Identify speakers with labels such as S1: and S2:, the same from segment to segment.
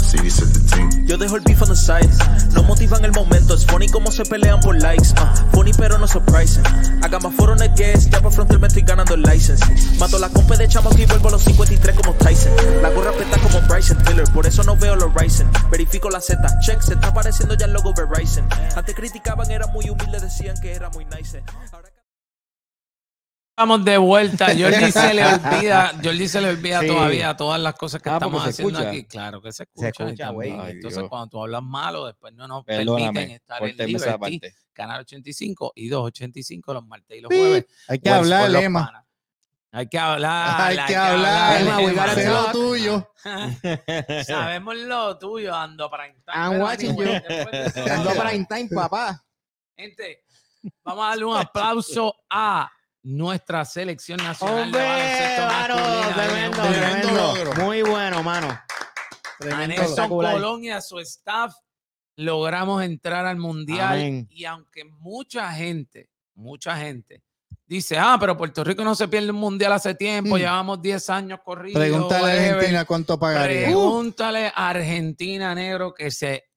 S1: city, set the team.
S2: Yo dejo el beef on the side. No motivan el momento. Es funny cómo se pelean por likes. Uh, funny pero no surprising. I got my foot on the gas. Ya por frontal me estoy ganando el license. Mato la compa de chamos y vuelvo a los 53 como Tyson. La gorra peta como Bryson Tiller. Por eso no veo los Ryzen. Verifico la Z. Check. Se está apareciendo ya el logo Verizon. Antes criticaban, era muy humilde. Decían que era muy nice. Ahora-
S3: Estamos de vuelta. Jordi se le olvida, Jordi se le olvida
S4: Sí.
S3: todavía todas las cosas que
S4: Ah, porque
S3: estamos
S4: se
S3: haciendo
S4: escucha.
S3: aquí. Claro que se escucha. y
S4: escucha, güey.
S3: también,
S4: Ay,
S3: Entonces,
S4: Dios.
S3: cuando tú hablas malo, después no nos permiten
S5: Perdóname,
S3: estar en
S5: córteme esa
S3: Liberty,
S5: parte.
S3: Canal 85 y 285 los martes y los
S4: Pi.
S3: jueves.
S4: Hay que
S3: Pues,
S4: hablar,
S3: con los
S4: Lema.
S3: panas. Hay que hablar.
S4: Hay que hablar.
S3: Lema, we
S4: Lema,
S3: gotta
S4: sé lo
S3: talk.
S4: tuyo.
S3: Sabemos lo tuyo, ando para
S4: I'm watching you. Ando para in time, papá.
S3: Gente, vamos a darle un aplauso a nuestra selección nacional de baloncesto masculina. Bienvenido
S4: tremendo logro.
S5: Muy bueno, mano.
S3: A
S4: Tremendo
S3: Nelson
S4: espectacular.
S3: Colón y a su staff logramos entrar al mundial.
S5: Amén.
S3: Y aunque mucha gente, mucha gente dice, ah, pero Puerto Rico no se pierde un mundial hace tiempo,
S4: Mm.
S3: llevamos 10 años corridos.
S4: Pregúntale a
S3: whatever".
S4: Argentina cuánto pagaría.
S3: Pregúntale a Argentina, negro, que se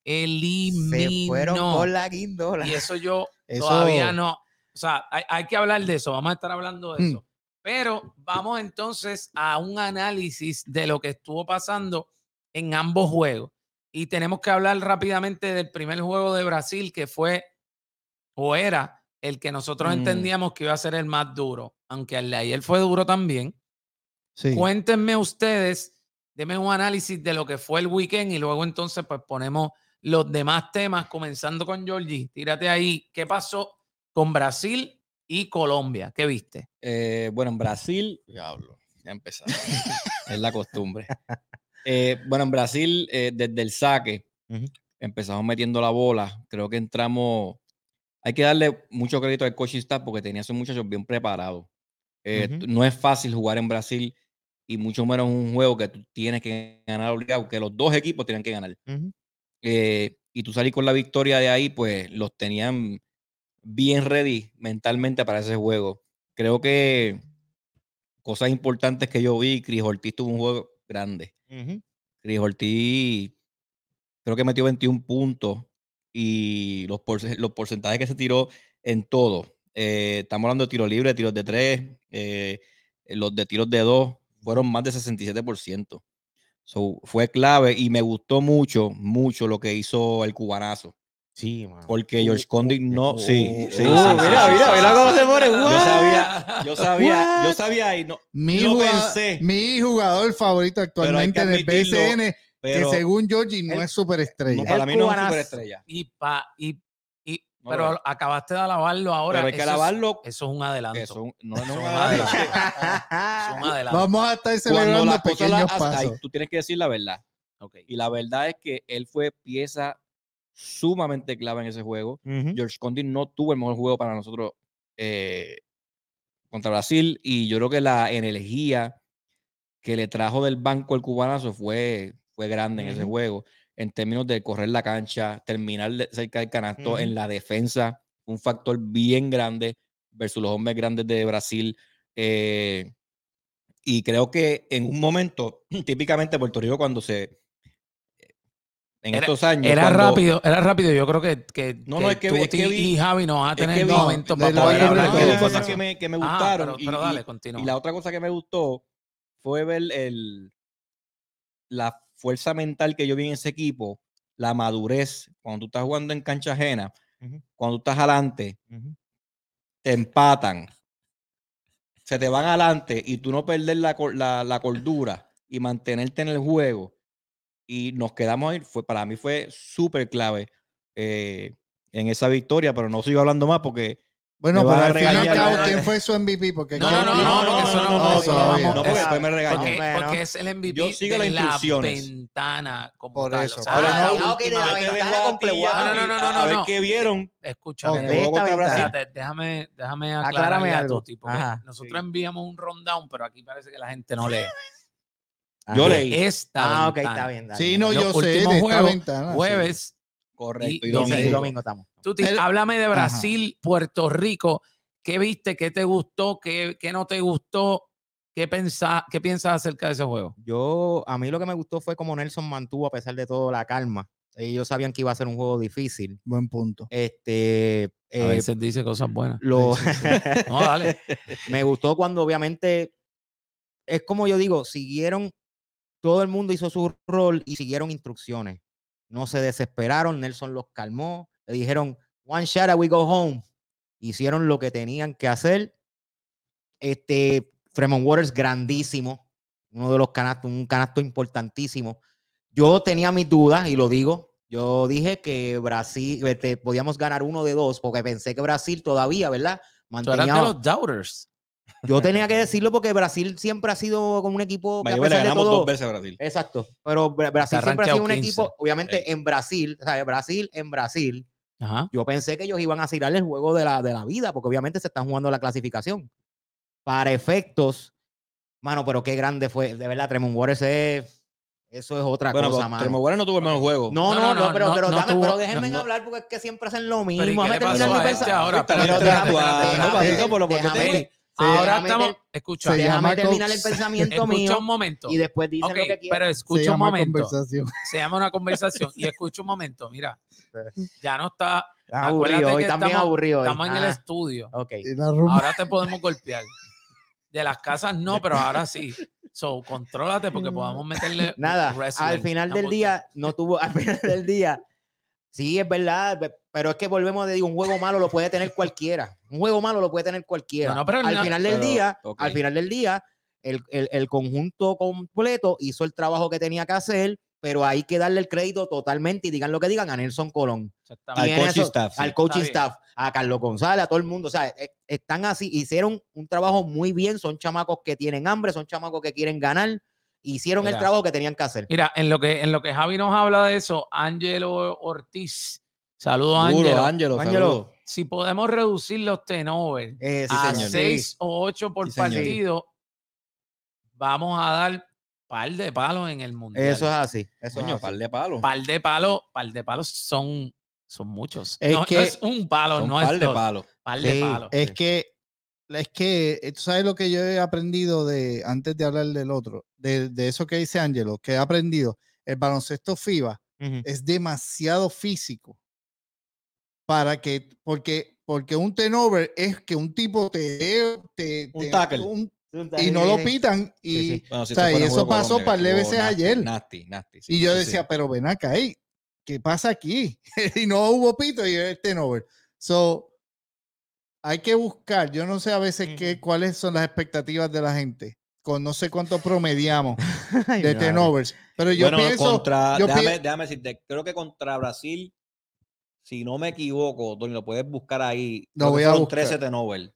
S6: Se fueron
S3: eliminó.
S6: con la guindola.
S3: Y eso yo
S4: Eso-
S3: todavía no. O sea, hay, hay que hablar de eso. Vamos a estar hablando de
S4: Mm.
S3: eso. Pero vamos entonces a un análisis de lo que estuvo pasando en ambos juegos. Y tenemos que hablar rápidamente del primer juego de Brasil, que fue o era el que nosotros
S5: Mm.
S3: entendíamos que iba a ser el más duro, aunque el de ayer fue duro también.
S4: Sí.
S3: Cuéntenme ustedes, denme un análisis de lo que fue el weekend y luego entonces pues ponemos los demás temas, comenzando con Georgie. Tírate ahí, ¿qué pasó con Brasil y Colombia? ¿Qué viste?
S5: Eh, bueno, en Brasil, diablo, ya empezamos. es la costumbre. Eh, bueno, en Brasil, eh, desde el saque,
S4: Ujú.
S5: empezamos metiendo la bola. Creo que entramos. Hay que darle mucho crédito al coaching staff porque tenía a esos muchachos bien preparados. Eh,
S4: Ujú.
S5: No es fácil jugar en Brasil y mucho menos un juego que tú tienes que ganar obligado, que los dos equipos tienen que ganar.
S4: Ujú.
S5: Eh, y tú salís con la victoria de ahí, pues los tenían bien ready mentalmente para ese juego. Creo que cosas importantes que yo vi, Cris Ortiz tuvo un juego grande.
S4: Ujú.
S5: Cris Ortiz creo que metió 21 puntos y los, porce- los porcentajes que se tiró en todo. eh, estamos hablando de tiros libres, tiros de 3, los de tiros de 2 fueron más de 67%. So, fue clave y me gustó mucho, mucho lo que hizo el cubanazo.
S4: Sí, mano.
S5: Porque George Condit no. Sí, sí, sí,
S4: oh,
S5: sí,
S4: Uh, mira,
S5: sí,
S4: mira,
S5: sí,
S4: mira
S5: sí,
S4: cómo
S5: sí.
S4: se pone.
S5: Yo
S4: What?
S5: sabía, yo sabía, yo
S4: What?
S5: sabía y no.
S4: Mi,
S5: Yo
S4: juga-
S5: pensé.
S4: mi jugador favorito actualmente
S5: Pero hay
S4: del
S5: que admitirlo,
S4: BCN,
S5: Pero
S4: que según Georgie no
S5: él-
S4: es superestrella.
S5: no, para
S6: el
S5: mí no es
S6: cubanazo.
S5: superestrella.
S3: Y pa, y, y-
S5: No lo
S3: pero
S5: es.
S3: acabaste de alabarlo ahora.
S5: Pero hay que
S3: eso es-
S5: alabarlo.
S3: Eso es un adelanto.
S5: Eso, un- no, no,
S3: Eso es un
S5: no,
S3: adelanto.
S5: no.
S3: eso es un adelanto.
S4: Vamos a estar
S5: Cuando
S4: celebrando
S5: las
S1: pues,
S5: cosas
S4: pequeños
S5: las haces, ahí
S4: pasos.
S5: tú tienes que decir la verdad.
S3: Ok.
S5: Y la verdad es que él fue pieza sumamente clave en ese juego. George Condit no tuvo el mejor juego para nosotros eh, contra Brasil. Y yo creo que la energía que le trajo del banco el cubanazo fue, fue grande en ese
S4: Ujú.
S5: juego. En términos de correr la cancha, terminar de- cerca del canasto,
S4: Ujú.
S5: en la defensa, un factor bien grande versus los hombres grandes de Brasil. eh, y creo que en un momento, típicamente Puerto Rico cuando se... eh, En
S3: Era-
S5: estos años...
S3: Era
S5: cuando-
S3: rápido, era rápido. Yo creo que, que,
S5: No, no, es que
S3: tú,
S5: vi- es que
S3: Ti
S5: vi-
S3: y Javi nos van a
S5: es que
S3: tener
S5: vi-
S3: momentos
S4: de
S3: para
S4: la
S3: poder
S4: otra pregunta
S3: hablar de
S4: que
S5: Una
S4: le
S3: eso.
S4: pasa
S5: cosa que me, que me
S3: Ah,
S5: gustaron.
S3: pero,
S5: y-
S3: pero
S5: y-
S3: dale, continúa.
S5: y la otra cosa que me gustó fue ver el, la fuerza mental que yo vi en ese equipo, la madurez. Cuando tú estás jugando en cancha ajena,
S4: Ujú.
S5: cuando tú estás adelante, te empatan, se te van adelante y tú no perder la, cor- la- la cordura y mantenerte en el juego. Y nos quedamos ahí. Fue, para mí fue súper clave eh, en esa victoria, pero no sigo hablando más porque
S4: Bueno,
S5: Me
S4: pero
S5: van a
S4: al fin y al
S5: regañar.
S4: cabo, ¿quién fue su MVP? Porque
S3: No, no, no, no, no, porque eso no- no, eso no
S4: todavía.
S3: vamos-
S5: No, porque
S3: es-
S5: después me regañan.
S3: Porque,
S6: Bueno.
S3: porque es el MVP
S5: Yo sigo
S3: de
S5: las instrucciones.
S3: la ventana como
S4: Por
S3: tal,
S4: eso,
S3: o sea,
S4: pero
S3: la
S4: no-
S3: última-
S6: Ah, ok, de la
S5: Yo te
S6: ventana
S5: dejo a ti,
S6: con Play
S5: a
S3: No, no,
S5: ti,
S3: no,
S5: a-
S3: no,
S5: a
S3: no,
S5: ver
S3: no.
S5: qué vieron.
S3: Escúchame,
S4: Ok.
S5: en el juego
S6: Esta
S5: contra
S6: ventana.
S5: Brasil.
S3: espérate, déjame, déjame
S6: Aclárame
S3: aclararle a
S6: algo.
S3: Tuti, porque
S6: Ajá.
S3: nosotros enviamos un rundown, pero aquí parece que la gente no lee.
S5: Yo
S6: Ajá.
S5: leí.
S3: Esta
S6: Ah, ok, está
S3: ventana.
S6: bien. dale.
S4: Sí, no,
S3: Los
S4: yo sé, de
S3: últimos
S4: esta
S3: juegos,
S1: Ah,
S4: ventana, sí.
S3: Jueves,
S5: Correcto.
S3: y
S5: Y
S6: Sí,
S3: domingo.
S5: domingo.
S6: domingo estamos.
S3: Tuti,
S4: El-
S3: háblame de
S4: Ajá.
S3: Brasil, Puerto Rico. ¿Qué viste? ¿Qué te gustó? ¿Qué, qué no te gustó? ¿Qué, pensa- ¿Qué piensas acerca de ese juego?
S4: Yo, a mí lo que me gustó fue como Nelson mantuvo, a pesar de todo, la calma. Ellos sabían que iba a ser un juego difícil.
S1: Buen punto.
S4: Este,
S3: A
S4: eh,
S3: veces dice cosas buenas.
S4: lo,
S3: No, dale.
S4: me gustó cuando obviamente, es como yo digo, siguieron, todo el mundo hizo su rol y siguieron instrucciones. No se desesperaron, Nelson los calmó, le dijeron, one shot and we go home. Hicieron lo que tenían que hacer. Este, Fremont Waters, grandísimo, uno de los canastos, un canasto importantísimo. Yo tenía mis dudas y lo digo. Yo dije que Brasil, este, podíamos ganar uno de dos, porque pensé que Brasil todavía, ¿verdad?
S3: Tú eras de
S4: Mantenía-
S3: los doubters.
S4: yo tenía que decirlo porque Brasil siempre ha sido como un equipo que a
S5: Mayagüez pues, le
S4: pesar de
S5: ganamos
S4: todo-
S5: dos veces a Brasil.
S4: Exacto. Pero Bra- Brasil
S3: Está
S4: siempre ha sido un
S3: rankeado 15.
S4: equipo, obviamente en Brasil, o sea, Brasil en Brasil,
S3: Ajá.
S4: yo pensé que ellos iban a tirar el juego de la, de la vida, porque obviamente se están jugando la clasificación. Para efectos, mano, pero qué grande fue, de verdad, Tremont Waters es, eso es otra
S5: Bueno,
S4: cosa,
S5: pero
S4: mano.
S5: Tremor Guardia no tuvo el mejor juego.
S4: No, no, no, pero, pero,
S3: no
S4: dame-
S3: tuvo-
S4: pero déjenme
S3: no-
S4: hablar porque es que siempre hacen lo
S3: ¿y
S4: mismo.
S3: qué
S4: Déjame
S3: le pasó
S4: terminar mi
S3: a este
S4: pensamiento.
S3: ahora?
S5: Pero
S4: Pero
S5: espérate,
S4: déjame-
S5: espérate,
S4: déjame-
S5: papito,
S4: déjame-
S5: por lo- porque
S4: déjame-
S5: te-
S3: Ahora
S4: déjame
S3: estamos.
S4: ter-
S3: Escucha,
S1: Se llama
S4: déjame terminar el
S1: coach-
S4: pensamiento
S3: escucha
S4: mío
S3: un momento.
S4: y después dicen
S3: Ok,
S4: lo que quieran.
S3: pero
S1: Se
S3: escucha un
S1: llama
S3: momento.
S1: conversación.
S3: Se llama una conversación y escucha un momento. Mira, ya no está.
S4: Ah,
S3: acuérdate
S4: aburrido, hoy
S3: que
S4: también
S3: estamos-
S4: aburrido. hoy.
S3: Estamos en el
S4: Ah,
S3: estudio.
S4: ok.
S1: Y la rumba.
S3: Ahora te podemos golpear. De las casas no, pero ahora sí. So, contrólate porque podamos meterle.
S4: Nada,
S3: wrestling.
S4: al final
S3: Una
S4: del
S3: bolsa.
S4: día no tuvo, al final del día, sí, es verdad, pe- pero es que volvemos de digo, un juego malo lo puede tener cualquiera. Un juego malo lo puede tener cualquiera.
S3: No, no, pero
S4: al
S3: no-
S4: final del
S5: pero,
S4: día,
S5: ok.
S4: al final del día, el, el- el conjunto completo hizo el trabajo que tenía que hacer, pero hay que darle el crédito totalmente y digan lo que digan a Nelson Colón.
S3: Exactamente.
S5: Al
S4: tiene
S5: coaching
S4: eso-
S5: staff, sí.
S4: al coaching
S3: Está bien.
S4: staff, a Carlos González, a todo el mundo. O sea, e- están así, hicieron un trabajo muy bien. Son chamacos que tienen hambre, son chamacos que quieren ganar. Hicieron
S3: Mira.
S4: el trabajo que tenían que hacer.
S3: Mira, en lo que en lo que Javi nos habla de eso, Ángelo Ortiz. Saludos,
S5: Duro,
S3: Ángelo.
S5: Ángelo.
S4: Ángelo.
S5: saludos.
S3: Si podemos reducir los tenovers
S4: Eh, sí,
S3: a
S4: señor.
S3: seis o ocho por
S5: Sí, señor.
S3: partido, vamos a dar par de palos en el mundial.
S4: Eso es así.
S1: Ah,
S4: Eso
S5: Coño,
S4: es así.
S5: par de palos.
S3: Par de palos, par de palos son, son muchos.
S1: Es
S3: no, no
S1: que-
S3: es un palo,
S5: Son
S3: no
S5: par
S3: es
S5: de
S3: dos,
S5: palos.
S3: par de
S4: Sí,
S3: palos.
S1: Es que, es que, eh, tú sabes lo que yo he aprendido de, antes de hablar del otro, de, de eso que dice Angelo, que he aprendido, el baloncesto FIBA
S4: Ujú.
S1: es demasiado físico para que, porque, porque un turnover es que un tipo te, dé- te-
S5: Un
S1: te-
S5: tackle.
S1: un- y no lo pitan y,
S4: sí.
S5: Bueno, sí,
S1: O sea,
S5: eso fue
S1: y
S5: el
S1: eso
S5: juego de
S1: pasó
S5: Colombia,
S1: par de
S5: estuvo
S1: veces
S5: nasty,
S1: ayer.
S5: Nasty, nasty. sí,
S1: y yo
S5: sí, sí.
S1: decía, pero ven acá, ey, ¿qué pasa aquí? y no hubo pito y el turnover. So, hay que buscar, yo no sé a veces qué, cuáles son las expectativas de la gente, con no sé cuánto promediamos de
S4: este
S1: turnovers, pero yo
S5: bueno,
S1: pienso,
S5: contra,
S1: yo
S5: déjame,
S1: pien-
S5: déjame decirte, creo que contra Brasil, si no me equivoco, Tony, lo puedes buscar ahí.
S1: Lo
S5: creo que
S1: voy a
S5: fueron
S1: buscar.
S5: 13 de Nobel.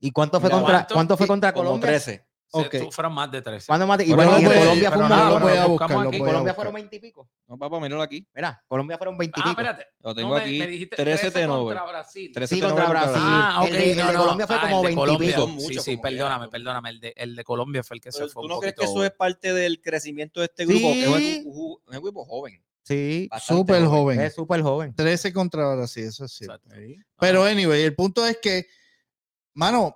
S4: ¿Y cuánto fue
S5: Mira,
S4: contra,
S3: ¿cuánto?
S4: cuánto fue contra
S5: Como
S4: Colombia?
S5: 13.
S3: Se
S1: ok.
S3: sufran más de tres.
S4: ¿Cuándo más? Y
S5: Bueno,
S4: bueno, y en
S5: no voy-
S4: Colombia fue Ah,
S3: pero
S4: un
S3: no, pues,
S4: malo,
S1: lo
S3: pero
S1: voy
S4: pero
S1: a
S3: lo
S1: buscar,
S3: buscamos
S1: lo
S3: aquí.
S1: voy a
S4: Colombia
S1: buscar.
S4: fueron 20 y pico.
S5: No, papá, míralo aquí.
S4: Mira, Colombia fueron 20 y
S3: Ah,
S4: pico.
S3: espérate.
S5: Lo tengo
S3: No, me-
S5: aquí.
S3: me dijiste
S5: 13 de Nobel.
S3: contra Brasil.
S5: 13
S4: Sí,
S5: de
S4: contra
S5: Nobel
S4: Brasil.
S3: Ah, ok.
S4: El de- el
S3: no,
S4: de
S3: no.
S4: Colombia fue
S3: Ah,
S4: como
S3: el de
S4: 20 y
S3: Colombia.
S5: pico. Son muchos,
S3: Sí, sí,
S5: como que
S3: perdóname,
S5: eran.
S3: perdóname. El de, el de Colombia fue el que se
S5: Pero
S3: fue.
S5: ¿Tú
S3: un
S5: no crees que
S3: poquito-
S5: eso es parte del crecimiento de este grupo? Que es un
S4: Sí.
S5: equipo- un equipo joven.
S4: Sí,
S5: bastante
S1: súper joven,
S4: es súper joven.
S1: 13 contra Brasil, eso sí.
S3: Exacto.
S1: Pero
S3: Ah,
S1: anyway, el punto es que, mano,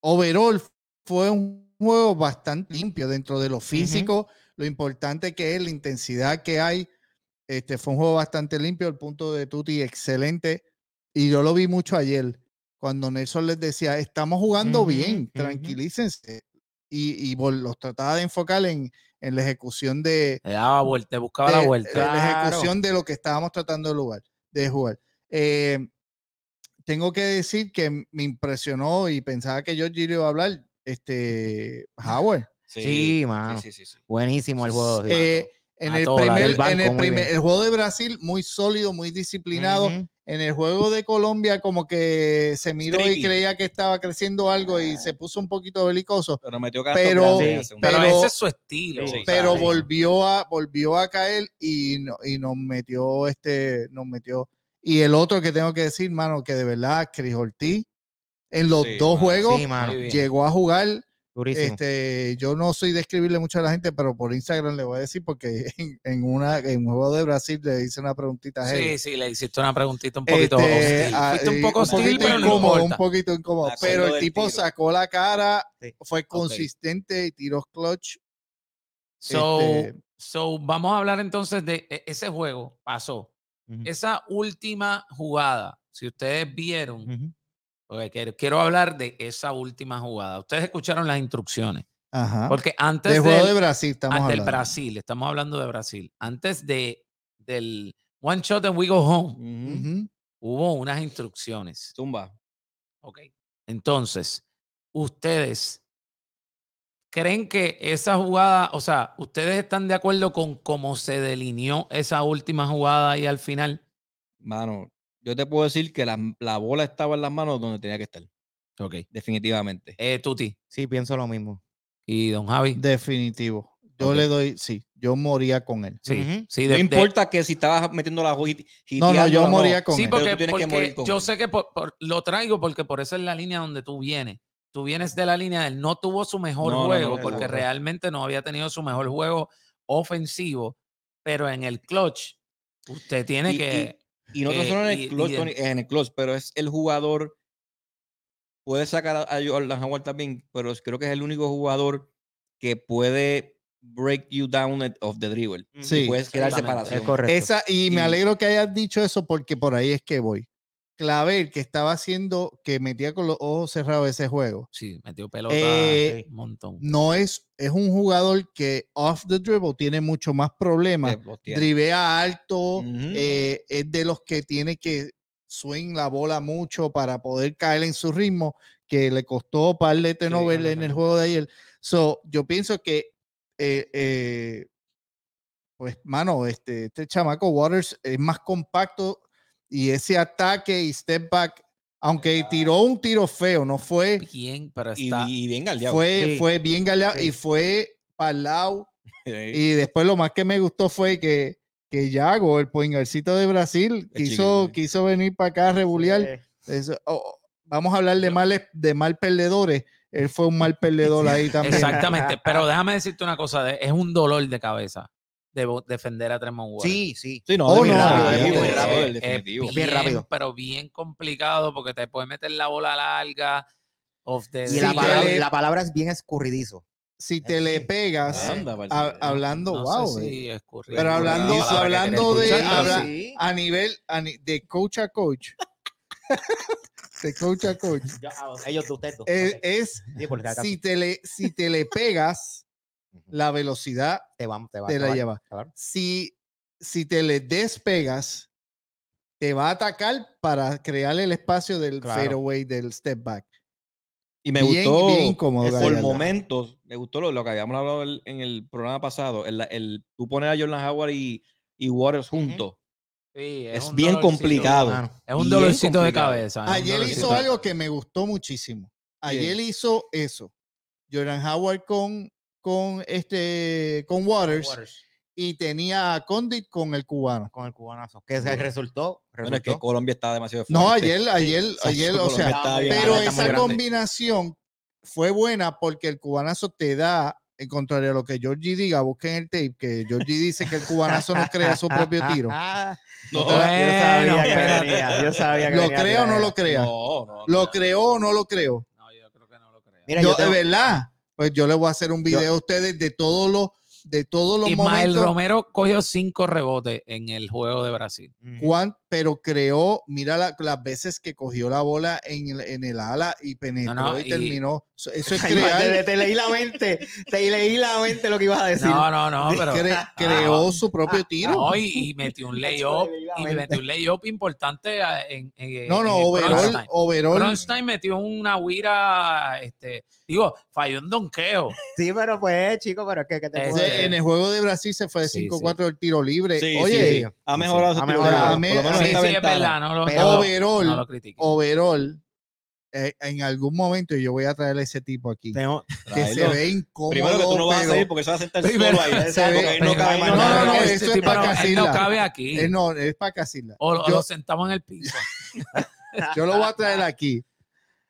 S1: overall fue un juego bastante limpio dentro de lo físico, lo importante que es, la intensidad que hay. Este fue un juego bastante limpio, el punto de Tuti excelente. Y yo lo vi mucho ayer, cuando Nelson les decía, estamos jugando
S4: Ujú,
S1: bien,
S4: ujú.
S1: tranquilícense. Y, y vol- los trataba de enfocar en, en la ejecución de,
S3: le daba vuelta, le buscaba la
S1: de-
S3: vuelta.
S1: de la
S4: Claro.
S1: ejecución de lo que estábamos tratando de, lugar, de jugar. Eh, tengo que decir que m- me impresionó y pensaba que yo iba a hablar, este, Howard.
S4: Sí, mano.
S5: Sí, sí, sí.
S4: Buenísimo el juego. sí.
S1: Eh, en el,
S3: Mató la del
S1: primer,
S4: banco,
S1: en el,
S4: muy
S1: primer-
S4: bien.
S1: el juego de Brasil, muy sólido, muy disciplinado.
S4: Ujú.
S1: En el juego de Colombia, como que se miró
S5: Streaky.
S1: y creía que estaba creciendo algo
S4: Ah.
S1: y se puso un poquito belicoso.
S5: Pero metió gastos
S1: Pero-
S5: grandes en
S4: Sí,
S5: la segunda.
S3: Pero,
S1: pero-
S3: ese es su estilo.
S5: Sí,
S3: o sea,
S1: pero
S3: sí.
S1: volvió a volvió a caer y, no- y nos metió este nos metió y el otro que tengo que decir mano que de verdad Chris Ortiz en los
S5: Sí,
S1: dos
S5: mano.
S1: juegos
S4: Sí, mano.
S3: Muy bien.
S1: llegó a jugar
S4: Durísimo.
S1: Este, yo no soy de escribirle mucho a la gente, pero por Instagram le voy a decir porque en, en una, en un juego de Brasil le hice una preguntita. heavy.
S3: Sí, sí, le hiciste una preguntita un poquito
S1: Este,
S3: hostil.
S1: ah,
S3: Fuiste un
S1: eh,
S3: poco hostil,
S1: poquito
S3: pero no
S1: incómodo,
S3: importa.
S1: un poquito incómodo.
S5: Me acuerdo
S1: Pero el
S5: del
S1: tipo
S5: tiro.
S1: sacó la cara,
S4: Sí.
S1: fue consistente y tiró clutch.
S3: So,
S1: Este,
S3: so, vamos a hablar entonces de e- ese juego. Pasó.
S4: Ujú.
S3: Esa última jugada, si ustedes vieron,
S4: Ujú.
S3: porque quiero, quiero hablar de esa última jugada. Ustedes escucharon las instrucciones.
S1: ajá.
S3: Porque antes
S1: Del juego
S3: del-
S1: Ah, de Brasil estamos
S3: Ah, del
S1: hablando.
S3: Brasil, estamos hablando de Brasil. Antes de, del One Shot and We Go Home,
S5: Ujú.
S1: Ujú.
S3: hubo unas instrucciones.
S5: Zumba.
S3: Ok. Entonces, ustedes creen que esa jugada, o sea, ustedes están de acuerdo con cómo se delineó esa última jugada y al final.
S5: Mano, yo te puedo decir que la, la bola estaba en las manos donde tenía que estar,
S3: Ok.
S5: definitivamente.
S3: Eh, Tuti
S4: Sí, pienso lo mismo.
S3: y Don Javi.
S1: Definitivo. Yo
S3: Ok.
S1: le doy, sí, yo moría con él.
S3: sí,
S4: Ujú.
S3: sí,
S5: no
S3: de- de-
S5: importa que si estabas metiendo la hoja y
S1: No, no, yo moría con
S3: sí,
S1: él.
S5: pero tú
S3: porque,
S5: tienes que
S3: porque
S5: morir con
S3: yo
S5: él.
S3: sé que por- por- lo traigo porque por eso es la línea donde tú vienes. Tú vienes de la línea del no tuvo su mejor
S5: No, no, no
S3: juego
S5: lo tuvo,
S3: porque
S5: correcto.
S3: realmente no había tenido su mejor juego ofensivo, pero en el clutch usted tiene
S5: Y- y-
S3: que...
S5: Y no tan
S3: Eh,
S5: solo en
S3: y- y
S5: el clutch,
S3: en-
S5: Tony, en el clutch, pero es el jugador. Puede sacar a, a Jordan Howard también, pero es- creo que es el único jugador que puede break you down at- of the dribble.
S1: Sí.
S5: Puedes crear
S3: Exactamente.
S5: separación.
S4: Es correcto.
S1: Esa, y
S5: Y-
S1: me alegro que hayas dicho eso porque por ahí es que voy. Clavel, que estaba haciendo, que metía con los ojos cerrados ese juego,
S3: Sí, metió pelota
S1: Eh,
S3: un montón.
S1: no es, es un jugador que off the dribble tiene mucho más problemas.
S5: Te bloquea.
S1: Drivea alto,
S5: Ujú.
S1: eh, es de los que tiene que swing la bola mucho para poder caer en su ritmo, que le costó par de turnovers en el juego de ayer. So, yo pienso que, eh, eh, pues, mano, este, este chamaco Waters es más compacto y ese ataque y step back, aunque tiró un tiro feo, no fue,
S3: Bien, pero
S5: y,
S3: está...
S5: y bien galdeado.
S1: fue,
S4: Sí.
S1: fue bien galeado
S4: Sí.
S1: y fue palao.
S5: Eh,
S1: Y después lo más que me gustó fue que, que Yago, el poingarcito de Brasil,
S5: El
S1: quiso,
S5: chiquito.
S1: quiso venir para acá a rebulear.
S4: Eh,
S1: Eso- oh, vamos a hablar de mal, de mal perdedores. Él fue un mal perdedor ahí también.
S3: Exactamente, pero déjame decirte una cosa, de- es un dolor de cabeza de bo- defender a Tremont Waters.
S4: Sí, sí.
S5: sí, no,
S1: Oh,
S5: bien
S1: no,
S5: rápido,
S1: es
S5: bien
S1: muy
S5: rápido,
S1: rápido.
S5: el
S3: Es
S5: definitivo.
S3: bien,
S4: Bien rápido.
S3: Pero bien complicado porque te puede meter la bola larga. Of the
S4: Y
S1: Sí,
S4: la,
S1: que
S4: palabra,
S1: le-
S4: la palabra es bien escurridizo.
S1: Si te le pegas,
S5: Anda,
S1: a-
S5: Valverde.
S1: hablando,
S3: no
S1: wow.
S3: sé
S1: eh,
S3: si es correcto,
S1: pero hablando,
S3: la palabra que
S1: hablando
S3: quería
S1: de
S3: escuchar, pero
S1: habla-
S3: sí.
S1: a nivel a ni- de coach a coach. de coach a coach.
S4: ah, ellos de ustedes dos.
S1: Es,
S4: ok.
S1: es
S4: Sí, por si acaso.
S1: si te le, si te le pegas, la velocidad
S4: te van, te van.
S1: te la lleva.
S4: lleva.
S1: si, si te le despegas, te va a atacar para crear el espacio del
S4: Claro.
S1: fadeaway, del step back.
S5: Y me
S1: bien,
S5: gustó
S1: bien incómodo.
S4: ese
S5: por
S1: Gallardo.
S5: momentos, me gustó lo, lo que habíamos hablado el- en el programa pasado, el, el- tú poner a Jordan Howard y, y Waters juntos.
S3: Sí,
S5: Es,
S3: un
S5: bien
S3: dolorcito.
S5: complicado.
S4: Claro.
S3: Es un
S5: bien
S3: dolorcito de
S5: complicado.
S3: cabeza. es un
S1: Ayer hizo
S3: dolorcito.
S1: algo que me gustó muchísimo. Ayer hizo eso. Jordan Howard con, con, este, con Waters, y tenía a Condit con el cubano.
S4: Con el cubanazo. Que se resultó.
S5: Bueno, es que
S4: resultó.
S5: Colombia está demasiado fuerte.
S1: No, ayer, ayer,
S5: Exacto,
S1: ayer, o
S5: Colombia
S1: sea,
S5: está bien
S1: Pero
S5: grande, está muy
S1: esa
S5: grande.
S1: combinación fue buena porque el cubanazo te da, en contrario a lo que Georgie diga, busquen el tape, que Georgie dice que el cubanazo no crea su propio
S4: Ah,
S1: tiro.
S5: No, eh,
S1: Yo
S3: Bueno, espérate.
S4: venía, yo sabía
S1: ¿Lo creo o no lo crea?
S5: No, no, no.
S1: ¿Lo creo o no lo creo?
S3: No, yo creo que no lo creo.
S4: Mira,
S1: Yo,
S4: yo tengo-
S1: de verdad, pues yo le voy a hacer un video a ustedes de todos los, de todos los
S3: Ismael
S1: momentos.
S3: Romero cogió cinco rebotes en el juego de Brasil.
S4: Ujú.
S1: Juan, pero creó, mira la- las veces que cogió la bola en el, en el ala y penetró
S3: No, no,
S1: y,
S3: y-
S1: terminó. Eso, eso es
S4: Ay, madre,
S1: crear.
S4: te leí la mente. Te leí la mente lo que ibas a decir.
S3: No, no, no, pero. ah,
S1: cre- creó su propio tiro.
S3: No, y, y metió un layup. y
S4: Obviamente.
S3: metió un layup importante a- en, en- eh,
S1: No,
S3: en
S1: no,
S3: el
S1: overall,
S3: Kronstein.
S1: overall. eh,
S3: Kronstein metió una huira, este, digo, falló un donqueo.
S4: Sí, pero pues, chico, pero es que, que te
S3: Ese-
S1: O sea,
S4: puedo decir?
S1: en el juego de Brasil se fue de
S3: Sí,
S1: 5-4 el tiro libre.
S5: Sí,
S1: Oye,
S5: sí, sí. ha mejorado
S4: sí.
S5: su
S4: Ha
S5: tiro.
S4: mejorado.
S5: Por lo menos
S3: Sí,
S1: Sí,
S5: en esta
S3: sí, es
S5: ventana.
S3: verdad, no lo,
S4: Pero-
S3: no lo-
S1: overall,
S3: no lo critiquen.
S1: overall, eh, en algún momento yo voy a traer a ese tipo aquí.
S4: Tengo-
S1: Que se
S5: Tráelo.
S1: ve incómodo.
S5: Primero que tú no vas a
S1: pero
S5: salir porque se va a sentar
S3: Primero-
S5: solo ahí.
S1: Se ve-
S5: Porque ahí no cabe más
S1: no,
S5: nada.
S1: no, no,
S3: este
S1: eso es
S3: tipo
S1: para
S3: no- él
S1: Casilla.
S3: no cabe aquí.
S1: eh, no, es para Casilla.
S3: o lo,
S1: yo,
S3: lo sentamos en el piso.
S1: yo lo voy a traer aquí.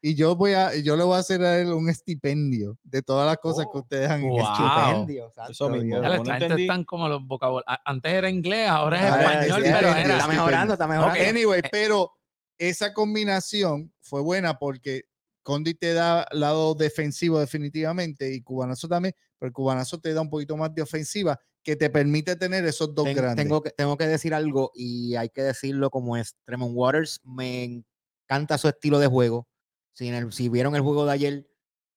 S1: Y yo voy a, yo le voy a hacer a él un estipendio de todas las cosas que ustedes han
S3: Oh, wow.
S1: hecho.
S4: Estipendio,
S5: Eso mismo.
S3: Ya,
S5: Como
S3: la
S5: no
S3: gente
S5: entendí.
S3: están como los vocabularios. Antes era inglés, ahora es
S1: Ahora es
S3: español,
S1: inglés,
S3: pero
S1: sí,
S3: era.
S1: sí,
S4: Está
S1: sí.
S4: mejorando, está mejorando.
S3: Ok. Eh,
S1: Anyway, pero esa combinación fue buena porque Condi te da lado defensivo definitivamente y Cubanazo también, pero el Cubanazo te da un poquito más de ofensiva que te permite tener esos dos
S4: Ten-
S1: grandes.
S4: Tengo que, tengo que decir algo y hay que decirlo como es. Tremont Waters me encanta su estilo de juego. Si, en el- si vieron el juego de ayer,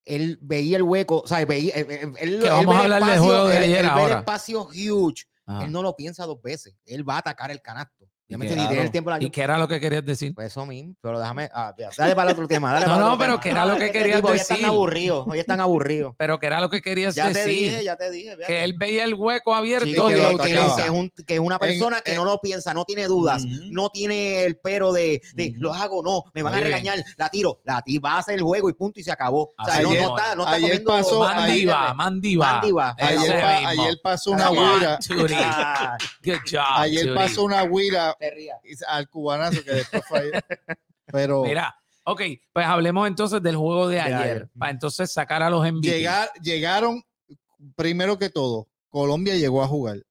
S4: él veía el hueco, o sea, veía. él- él- él-
S3: Que
S4: él
S3: vamos
S4: ve
S3: a
S4: el
S3: hablar del juego de
S4: él-
S3: ayer
S4: él ve
S3: ahora.
S4: el espacio huge.
S3: Ajá.
S4: Él no lo piensa dos veces. Él va a atacar el canasto.
S3: Y
S4: Obviamente,
S5: que-
S4: ni tiene el
S5: claro.
S4: tiempo. para-
S3: ¿Y qué era lo que querías decir?
S4: Pues eso mismo. Pero déjame. ah, ya, dale para el otro tema. Dale
S3: No,
S4: para el
S3: no,
S4: otro
S3: pero
S4: tema.
S3: que era lo que
S4: Este
S3: querías
S4: tipo, Hoy
S3: decir.
S4: están aburridos. Hoy están aburridos.
S3: Pero que era lo que querías
S4: Ya te
S3: decir.
S4: dije, ya te dije. fíjate.
S3: que él veía el hueco abierto.
S4: Sí,
S1: Todo
S4: que,
S1: lo
S4: que-
S1: que
S4: que-
S1: acaba.
S4: que es un- que es una persona
S3: eh
S4: que no lo piensa, no tiene dudas, no tiene el pero de, de
S5: Ujú.
S4: lo hago, no, me van
S3: Muy
S4: a
S3: bien.
S4: regañar, la tiro, la ti va a hacer el juego y punto y se acabó. O sea,
S3: Así
S4: no, no
S1: es.
S4: está, no está
S1: Ayer
S4: comiendo
S1: pasó-
S3: Mandiva, mandiva.
S4: mandiva.
S3: Ese
S1: Ayer, pa-
S3: mismo.
S1: ayer pasó una
S4: Ah,
S1: guira,
S3: Turi.
S4: Ah,
S3: Good job.
S1: ayer
S3: Turi.
S1: pasó una guira
S4: te rías.
S1: al cubanazo que después fue ayer. Pero
S3: Mira, ok, pues hablemos entonces del juego de, ayer,
S4: ayer.
S3: Para entonces sacar a los MVP.
S1: llegar, llegaron, primero que todo, Colombia llegó a jugar.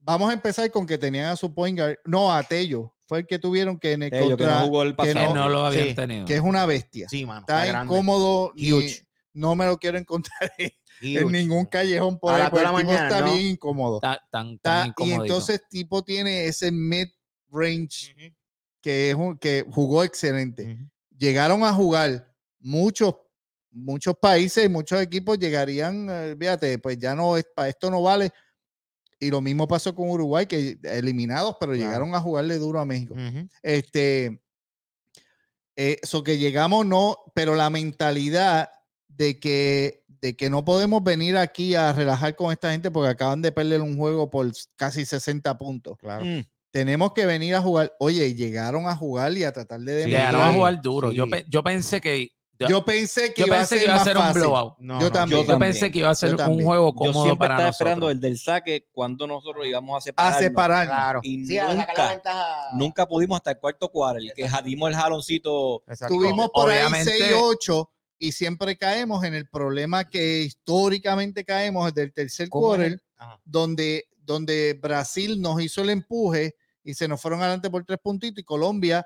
S1: Vamos a empezar con que tenían a su point guard, no, a Tello, fue el que tuvieron que en el
S5: Tello, que no
S1: contra-
S5: jugó el
S1: que
S3: que
S5: pasado.
S3: no lo habían
S4: Sí,
S3: tenido.
S1: que es una bestia.
S4: Sí, mano,
S1: está
S4: grande,
S1: incómodo ni-
S4: Huge.
S1: no me lo quiero encontrar en
S4: huge.
S1: ningún callejón por
S4: A
S1: ahí,
S4: las
S1: porque
S4: dos de la
S1: el tipo
S4: mañana,
S1: está
S4: ¿no?
S1: bien incómodo.
S3: Tan- tan, tan
S1: Está- y
S3: incomodito.
S1: entonces tipo tiene ese mid range
S4: Ujú,
S1: que es un- que jugó excelente.
S4: ujú.
S1: Llegaron a jugar muchos muchos países, muchos equipos llegarían, eh, fíjate, pues ya no es para esto no vale. Y lo mismo pasó con Uruguay que eliminados, pero
S4: Claro.
S1: llegaron a jugarle duro a México.
S4: Ujú.
S1: Este, eso que llegamos, no, pero la mentalidad de que, de que no podemos venir aquí a relajar con esta gente porque acaban de perder un juego por s- casi 60 puntos.
S4: Claro.
S5: Mm.
S1: Tenemos que venir a jugar. Oye, llegaron a jugar y a tratar de
S4: Sí,
S1: demostrar.
S3: Llegaron a jugar duro.
S4: sí.
S3: Yo, pe- yo pensé que. Yo,
S1: Yo pensé que
S3: yo
S1: iba
S3: pensé
S1: a ser,
S3: que iba a
S1: más
S3: ser un
S1: fácil.
S3: blowout.
S4: No,
S1: yo
S4: no,
S1: también.
S3: Yo pensé que iba a ser un
S1: también.
S3: juego
S5: Yo
S3: cómodo
S5: siempre
S3: para
S5: estaba
S3: nosotros.
S5: esperando el del saque cuando nosotros íbamos a
S1: A
S5: separarnos.
S1: separar.
S4: Claro.
S5: Y
S4: Sí, a sacar la
S5: nunca,
S4: ventaja.
S5: Nunca pudimos hasta el cuarto cuadro, el que jadimos el jaloncito.
S4: Exacto.
S1: Tuvimos por
S3: Obviamente-
S1: ahí 6-8 y siempre caemos en el problema que históricamente caemos del tercer
S4: ¿Cómo es?
S1: quarter.
S4: Ajá.
S1: donde, donde Brasil nos hizo el empuje y se nos fueron adelante por tres puntitos y Colombia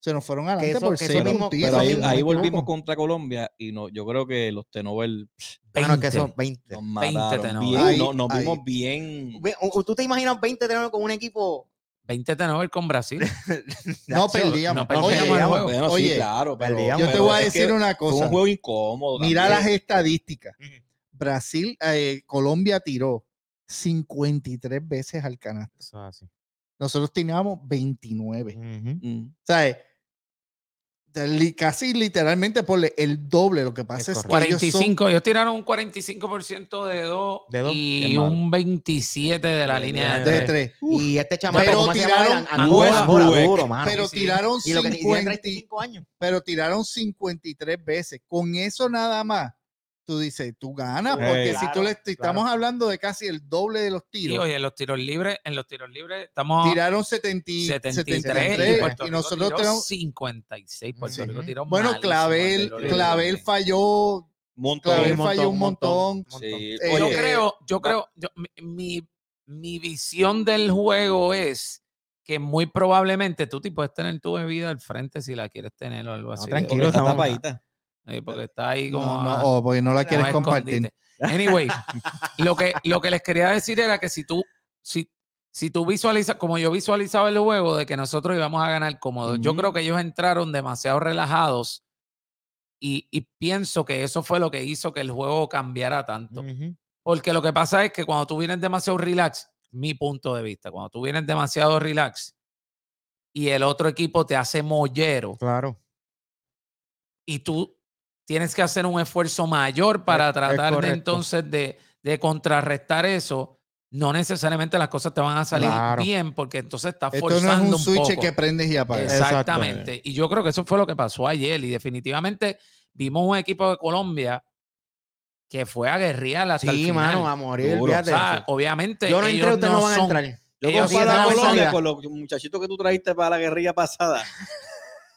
S1: se nos fueron adelante
S4: eso-
S1: por
S4: que
S1: seis
S4: eso mismo-
S1: puntitos.
S5: Pero
S4: eso
S5: ahí,
S4: mismo,
S5: ahí
S4: me
S5: volvimos
S4: equivoco.
S5: contra Colombia y no, yo creo que los Tenovel
S4: Ah, no, que
S3: 20.
S4: son 20.
S5: nos
S3: 20
S5: mataron.
S3: Tenovel.
S5: Bien,
S1: Ahí,
S5: no, nos
S1: ahí.
S5: vimos bien.
S4: Ve, o- o ¿Tú te imaginas 20 teniendo con un equipo?
S3: 20 Tenovel con Brasil.
S1: no perdíamos.
S3: no perdíamos
S1: Oye,
S3: el juego.
S5: Bueno, sí,
S1: Oye,
S5: claro, pero-
S4: perdíamos.
S1: yo te
S5: pero
S1: voy a
S5: es que
S1: decir una
S5: Fue
S1: cosa.
S5: un juego incómodo.
S1: Mira las
S5: también.
S1: estadísticas. Brasil, eh, Colombia tiró 53 veces al canasto.
S4: Eso es así.
S1: Nosotros teníamos 29.
S4: Ujú.
S5: Mm.
S1: O sea, eh, li- casi literalmente por el doble. Lo que pasa es,
S4: Es
S1: que ellos son
S3: 45. Ellos tiraron un 45% de 2
S4: De dos.
S3: y
S5: Qué malo.
S3: un 27 de la
S4: De
S3: línea de
S4: línea
S1: de
S5: eh.
S3: tres.
S1: tres.
S4: Y este chamaco,
S1: Pero
S4: ¿cómo se llama?
S1: tiraron
S4: Ang- Angola,
S5: buen
S4: Angola,
S5: juego.
S4: duro, mano.
S1: Pero
S3: Ah, sí.
S1: tiraron
S4: y lo que tiene
S1: 50,
S4: 35 años.
S1: pero tiraron 53 veces. Con eso nada más, tú dices, tú ganas,
S4: Sí,
S1: porque si tú
S4: claro,
S1: le si estamos hablando de casi el doble de los
S3: Y
S1: tiros.
S3: oye, en los tiros libres, en los tiros libres estamos
S1: Tiraron 70,
S3: 73,
S1: 73,
S3: y, Puerto
S1: y
S3: Rico
S1: nosotros
S3: tiró
S1: tenemos.
S3: 56. Puerto
S4: Sí.
S3: Rico tiró
S1: Bueno,
S3: malísimo el
S1: Clavel,
S3: tiro libre
S1: Clavel
S3: también.
S1: falló,
S5: Montón.
S1: Clavel
S4: montón,
S1: falló un
S4: montón,
S1: montón.
S5: Sí.
S1: Eh,
S5: Oye,
S3: yo creo, yo creo, yo- mi- mi, mi visión del juego es que muy probablemente tú te puedes tener tu bebida al frente si la quieres tener o algo así.
S4: tranquilo,
S5: porque está
S4: estamos-
S5: tapadita.
S3: Sí, porque está ahí
S1: No,
S3: como...
S1: no,
S3: ah,
S1: oh, porque no la
S3: como
S1: quieres
S3: a
S1: compartir.
S3: escondite. Anyway, lo que, lo que les quería decir era que si tú, si, si tú visualizas, como yo visualizaba el juego de que nosotros íbamos a ganar cómodo, yo
S5: Ujú.
S3: creo que ellos entraron demasiado relajados y, y pienso que eso fue lo que hizo que el juego cambiara tanto. Porque lo que pasa es que cuando tú vienes demasiado relax, mi punto de vista, cuando tú vienes demasiado relax y el otro equipo te hace mollero
S4: Claro.
S3: y tú tienes que hacer un esfuerzo mayor para
S4: es
S3: tratar de
S4: correcto.
S3: entonces de, de contrarrestar eso, no necesariamente las cosas te van a salir
S4: Claro.
S3: bien porque entonces estás
S1: Esto no
S3: forzando
S1: es un
S3: un
S1: switch
S3: poco.
S1: que prendes y apagas.
S3: Exactamente. Y yo creo que eso fue lo que pasó ayer. Y definitivamente vimos un equipo de Colombia que fue aguerrida hasta el
S4: Sí,
S3: final.
S4: mano, a morir.
S5: Duro.
S3: O
S4: fíjate.
S3: sea, obviamente
S4: yo no
S3: ellos
S4: entré, ustedes no van a
S3: son-
S4: entrar.
S5: Yo
S3: ellos
S4: sí
S5: comparo a
S4: están
S5: Colombia
S4: sólidas.
S5: con los muchachitos que tú trajiste para la guerrilla pasada.